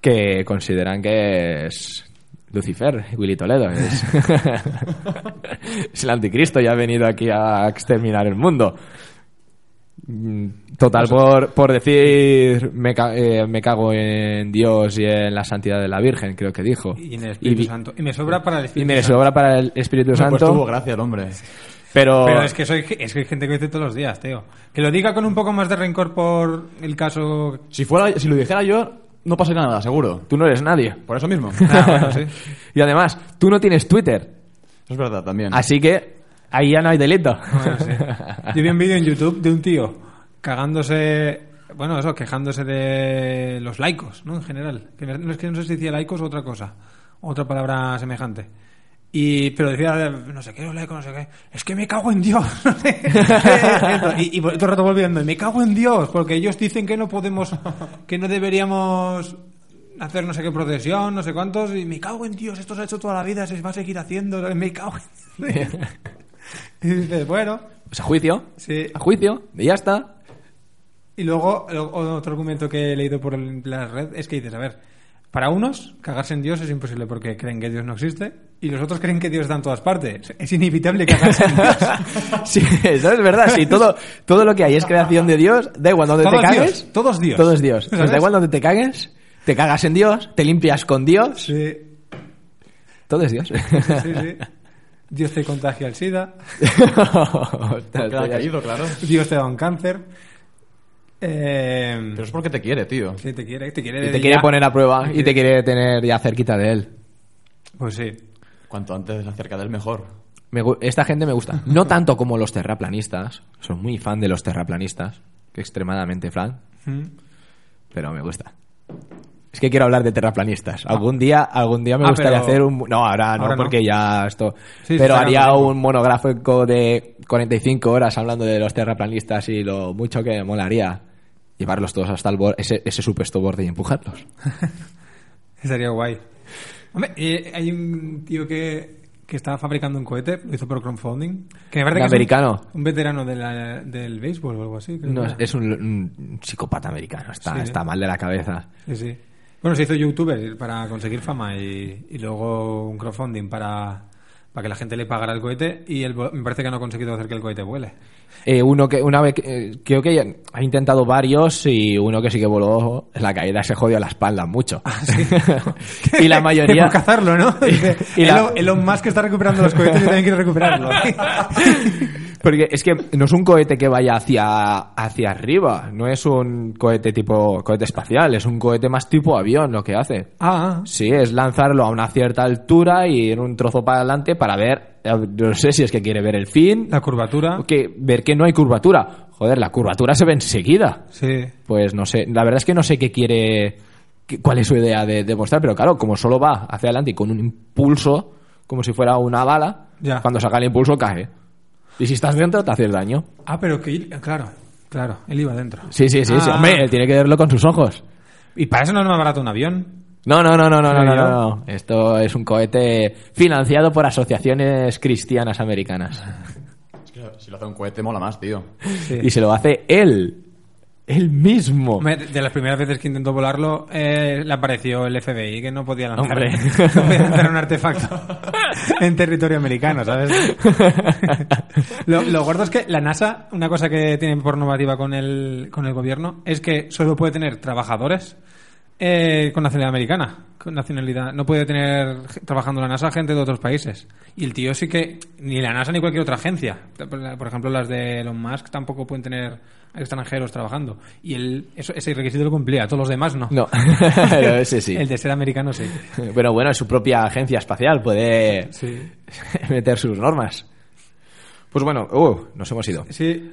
[SPEAKER 1] que consideran que es Lucifer, Willy Toledo. Es, es el anticristo y ha venido aquí a exterminar el mundo. Mm, Total, por, por decir me, ca- eh, me cago en Dios y en la santidad de la Virgen, creo que dijo.
[SPEAKER 2] Y en el Espíritu
[SPEAKER 1] vi-
[SPEAKER 2] Santo. Y me sobra para el
[SPEAKER 1] Y
[SPEAKER 2] Espíritu
[SPEAKER 1] me
[SPEAKER 2] Santo.
[SPEAKER 1] sobra para el Espíritu
[SPEAKER 3] Pues tuvo
[SPEAKER 1] Santo,
[SPEAKER 3] gracia el hombre.
[SPEAKER 1] pero...
[SPEAKER 2] Pero es que, soy, es que hay gente que dice todos los días, tío. Que lo diga con un poco más de rencor por el caso.
[SPEAKER 3] Si, fuera, si lo dijera yo, no pasaría nada, seguro.
[SPEAKER 1] Tú no eres nadie.
[SPEAKER 3] Por eso mismo.
[SPEAKER 2] Ah, bueno, sí.
[SPEAKER 1] Y además, tú no tienes Twitter,
[SPEAKER 3] Eso es verdad también.
[SPEAKER 1] así que ahí ya no hay delito.
[SPEAKER 2] Bueno, sí. Yo vi un vídeo en YouTube de un tío cagándose. Bueno, eso, quejándose de los laicos, ¿no? En general. Que no es que no sé si decía laicos o otra cosa. Otra palabra semejante. Y, pero decía, no sé qué, los laicos, no sé qué. Es que me cago en Dios. no sé. y, y todo el rato volviendo, me cago en Dios, porque ellos dicen que no podemos, que no deberíamos hacer no sé qué procesión, no sé cuántos, y me cago en Dios, esto se ha hecho toda la vida, se va a seguir haciendo, me cago en Dios. Y dices, bueno,
[SPEAKER 1] Pues a juicio,
[SPEAKER 2] Sí.
[SPEAKER 1] a juicio, y ya está.
[SPEAKER 2] Y luego, lo- otro argumento que he leído por el- la red es que dices, a ver, para unos, cagarse en Dios es imposible porque creen que Dios no existe, y los otros creen que Dios está en todas partes. Es inevitable cagarse en Dios.
[SPEAKER 1] Sí, eso es verdad, sí, todo, todo lo que hay es creación de Dios, da igual donde te
[SPEAKER 2] Todos
[SPEAKER 1] cagues.
[SPEAKER 2] Dios, todos Dios.
[SPEAKER 1] Todos Dios. Pues da
[SPEAKER 2] ¿Sabes?
[SPEAKER 1] igual donde te cagues, te cagas en Dios, te limpias con Dios,
[SPEAKER 2] Sí,
[SPEAKER 1] todo es Dios.
[SPEAKER 2] sí, sí. Dios te contagia el SIDA,
[SPEAKER 1] Ostras,
[SPEAKER 3] Cada
[SPEAKER 1] esto pues ya es-
[SPEAKER 3] caído, claro.
[SPEAKER 2] Dios te da un cáncer. Eh,
[SPEAKER 3] Pero es porque te quiere, tío.
[SPEAKER 2] sí, te quiere, te quiere.
[SPEAKER 1] y
[SPEAKER 2] desde
[SPEAKER 1] te quiere
[SPEAKER 2] ya.
[SPEAKER 1] poner a prueba y te quiere tener ya cerquita de él.
[SPEAKER 2] Pues sí.
[SPEAKER 3] Cuanto antes acerca del mejor.
[SPEAKER 1] Me gu- esta gente me gusta. No tanto como los terraplanistas. Soy muy fan de los terraplanistas. Extremadamente fan. Pero me gusta. Es que quiero hablar de terraplanistas. Algún día, algún día me
[SPEAKER 2] Ah,
[SPEAKER 1] gustaría
[SPEAKER 2] pero-
[SPEAKER 1] hacer un... No, ahora no,
[SPEAKER 2] ahora no.
[SPEAKER 1] porque ya esto...
[SPEAKER 2] Sí,
[SPEAKER 1] pero
[SPEAKER 2] está
[SPEAKER 1] haría
[SPEAKER 2] grabando.
[SPEAKER 1] un monográfico de 45 horas hablando de los terraplanistas y lo mucho que me molaría llevarlos todos hasta el borde, ese, ese supuesto borde y empujarlos.
[SPEAKER 2] Estaría guay. Hombre, eh, hay un tío que, que estaba fabricando un cohete, lo hizo por crowdfunding. Que me parece
[SPEAKER 1] Un
[SPEAKER 2] que es un-
[SPEAKER 1] americano.
[SPEAKER 2] Un, veterano de la- del béisbol o algo así. creo
[SPEAKER 1] No,
[SPEAKER 2] que
[SPEAKER 1] es- es un, un psicópata americano. Está,
[SPEAKER 2] Sí.
[SPEAKER 1] está mal de la cabeza.
[SPEAKER 2] Sí, sí. Bueno, se hizo youtuber para conseguir fama y, y luego un crowdfunding para para que la gente le pagara el cohete y el, vo- me parece que no ha conseguido hacer que el cohete vuele.
[SPEAKER 1] Eh, uno que una vez que- eh, creo que ya ha intentado varios y uno que sí que voló en la caída se jodió la espalda mucho. y la mayoría
[SPEAKER 2] Por cazarlo, ¿no?
[SPEAKER 1] y la-
[SPEAKER 2] Elon, Elon Musk está recuperando los cohetes y también quiere recuperarlo.
[SPEAKER 1] porque es que no es un cohete que vaya hacia hacia arriba, no es un cohete tipo cohete espacial, es un cohete más tipo avión lo que hace.
[SPEAKER 2] ah,
[SPEAKER 1] Sí, es lanzarlo a una cierta altura y ir un trozo para adelante para ver, eh, no sé si es que quiere ver el fin,
[SPEAKER 2] la curvatura.
[SPEAKER 1] o que ver que no hay curvatura. Joder, la curvatura se ve enseguida.
[SPEAKER 2] Sí.
[SPEAKER 1] Pues no sé, la verdad es que no sé qué quiere, qué- cuál es su idea de, de mostrar, pero claro, como solo va hacia adelante y con un impulso, como si fuera una bala,
[SPEAKER 2] Ya.
[SPEAKER 1] cuando saca el impulso cae. Y si estás dentro, te hace el daño.
[SPEAKER 2] Ah, pero que... él- Claro, claro. Él iba dentro.
[SPEAKER 1] Sí, sí, sí, sí.
[SPEAKER 2] Ah.
[SPEAKER 1] Hombre, él tiene que verlo con sus ojos.
[SPEAKER 2] Y para eso no es más barato un avión.
[SPEAKER 1] No, no, no, no, no, no, no,
[SPEAKER 2] ¿Serio?
[SPEAKER 1] no. Esto es un cohete financiado por asociaciones cristianas americanas.
[SPEAKER 3] Es que si lo hace un cohete mola más, tío.
[SPEAKER 2] Sí.
[SPEAKER 1] Y se lo hace él. Él mismo.
[SPEAKER 2] Hombre, De las primeras veces que intentó volarlo, eh, le apareció el FBI que no podía lanzar,
[SPEAKER 1] Hombre.
[SPEAKER 2] no podía lanzar un artefacto en territorio americano, ¿sabes? Lo, lo gordo es que la NASA, una cosa que tiene por normativa con el, con el gobierno, es que solo puede tener trabajadores eh, con nacionalidad americana. Con nacionalidad. No puede tener g- trabajando en la NASA gente de otros países. Y el tío sí que. Ni la NASA ni cualquier otra agencia. Por ejemplo, las de Elon Musk tampoco pueden tener extranjeros trabajando. Y el, eso- ese requisito lo cumplía. Todos los demás no.
[SPEAKER 1] No, Pero ese sí.
[SPEAKER 2] El de ser americano sí.
[SPEAKER 1] Pero bueno, es su propia agencia espacial, puede
[SPEAKER 2] Sí.
[SPEAKER 1] meter sus normas. Pues bueno, uh, nos hemos ido.
[SPEAKER 2] Sí.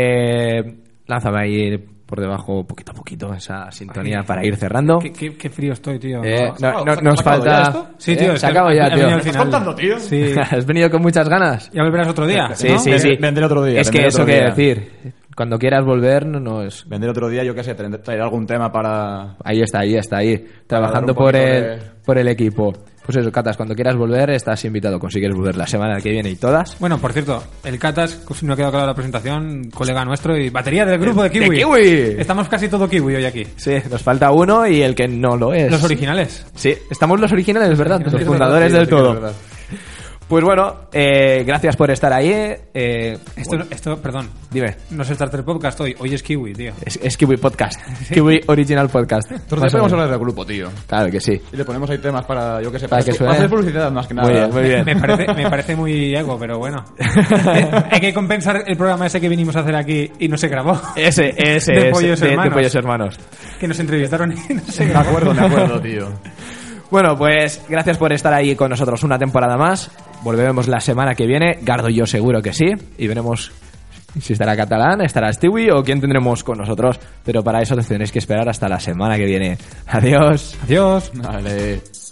[SPEAKER 1] Eh, lánzame ahí por debajo, poquito a poquito, esa sintonía para ir cerrando.
[SPEAKER 2] Qué, qué- qué frío estoy, tío.
[SPEAKER 1] Eh,
[SPEAKER 2] No.
[SPEAKER 1] no,
[SPEAKER 3] acabado,
[SPEAKER 1] no-
[SPEAKER 3] se ha
[SPEAKER 1] nos
[SPEAKER 3] acabado ya
[SPEAKER 1] falta.
[SPEAKER 3] esto?
[SPEAKER 2] Sí, tío.
[SPEAKER 1] Eh,
[SPEAKER 2] es
[SPEAKER 1] se
[SPEAKER 2] que
[SPEAKER 1] acaba
[SPEAKER 2] ha
[SPEAKER 1] ya,
[SPEAKER 2] venido al
[SPEAKER 1] tío.
[SPEAKER 2] final.
[SPEAKER 3] contando, tío?
[SPEAKER 2] Sí.
[SPEAKER 1] Has venido con muchas ganas.
[SPEAKER 2] Ya volverás otro día.
[SPEAKER 1] Sí,
[SPEAKER 2] ¿no?
[SPEAKER 1] sí,
[SPEAKER 3] Ven-
[SPEAKER 1] sí.
[SPEAKER 3] vendré otro día,
[SPEAKER 1] Es que
[SPEAKER 3] vendré
[SPEAKER 1] eso
[SPEAKER 3] otro
[SPEAKER 1] que
[SPEAKER 3] día.
[SPEAKER 1] decir. Cuando quieras volver, no, no es.
[SPEAKER 3] Vendré otro día, yo qué sé, traer traer algún tema para...
[SPEAKER 1] Ahí está, ahí está, ahí. Trabajando
[SPEAKER 3] un
[SPEAKER 1] por
[SPEAKER 3] poquito
[SPEAKER 1] el,
[SPEAKER 3] de-
[SPEAKER 1] por el equipo. Pues eso, Catas, cuando quieras volver, estás invitado. Consigues volver la semana que viene y todas.
[SPEAKER 2] Bueno, por cierto, el Catas, si no ha quedado claro la presentación, colega nuestro y batería del grupo de Kiwi.
[SPEAKER 1] ¡De Kiwi!
[SPEAKER 2] Estamos casi todo Kiwi hoy aquí.
[SPEAKER 1] Sí, nos falta uno y el que no lo es.
[SPEAKER 2] Los originales.
[SPEAKER 1] Sí, estamos los originales, es ¿verdad? Los
[SPEAKER 3] Sí,
[SPEAKER 1] fundadores
[SPEAKER 3] sí,
[SPEAKER 1] del
[SPEAKER 3] sí, sí,
[SPEAKER 1] todo.
[SPEAKER 3] verdad.
[SPEAKER 1] Pues bueno, eh, gracias por estar ahí. eh,
[SPEAKER 2] Esto, esto perdón,
[SPEAKER 1] Dime,
[SPEAKER 2] no es Starter Podcast hoy, hoy es Kiwi, tío.
[SPEAKER 1] es, es Kiwi Podcast. Kiwi Original Podcast.
[SPEAKER 3] Otro día
[SPEAKER 1] Más o
[SPEAKER 3] podemos
[SPEAKER 1] menos.
[SPEAKER 3] hablar del grupo, tío.
[SPEAKER 1] Claro que sí.
[SPEAKER 3] Y le ponemos ahí temas para, yo qué sé,
[SPEAKER 1] Para
[SPEAKER 3] para,
[SPEAKER 1] que
[SPEAKER 3] hacer-
[SPEAKER 1] suene.
[SPEAKER 3] para hacer publicidad más que nada.
[SPEAKER 1] Muy bien, muy bien.
[SPEAKER 2] Me parece, me parece muy ego, pero bueno. Hay que compensar el programa ese que vinimos a hacer aquí y no se grabó.
[SPEAKER 1] Ese, ese,
[SPEAKER 2] De
[SPEAKER 1] ese,
[SPEAKER 2] Pollos Hermanos.
[SPEAKER 1] Pollos Hermanos.
[SPEAKER 2] Que nos entrevistaron y no se
[SPEAKER 3] De
[SPEAKER 2] grabó.
[SPEAKER 3] acuerdo, de acuerdo, tío.
[SPEAKER 1] Bueno, pues gracias por estar ahí con nosotros una temporada más. Volveremos la semana que viene, Gardo y yo seguro que sí, y veremos si estará Catalán, estará Stewie o quién tendremos con nosotros, pero para eso tendréis que esperar hasta la semana que viene. Adiós.
[SPEAKER 2] Adiós.
[SPEAKER 3] Vale.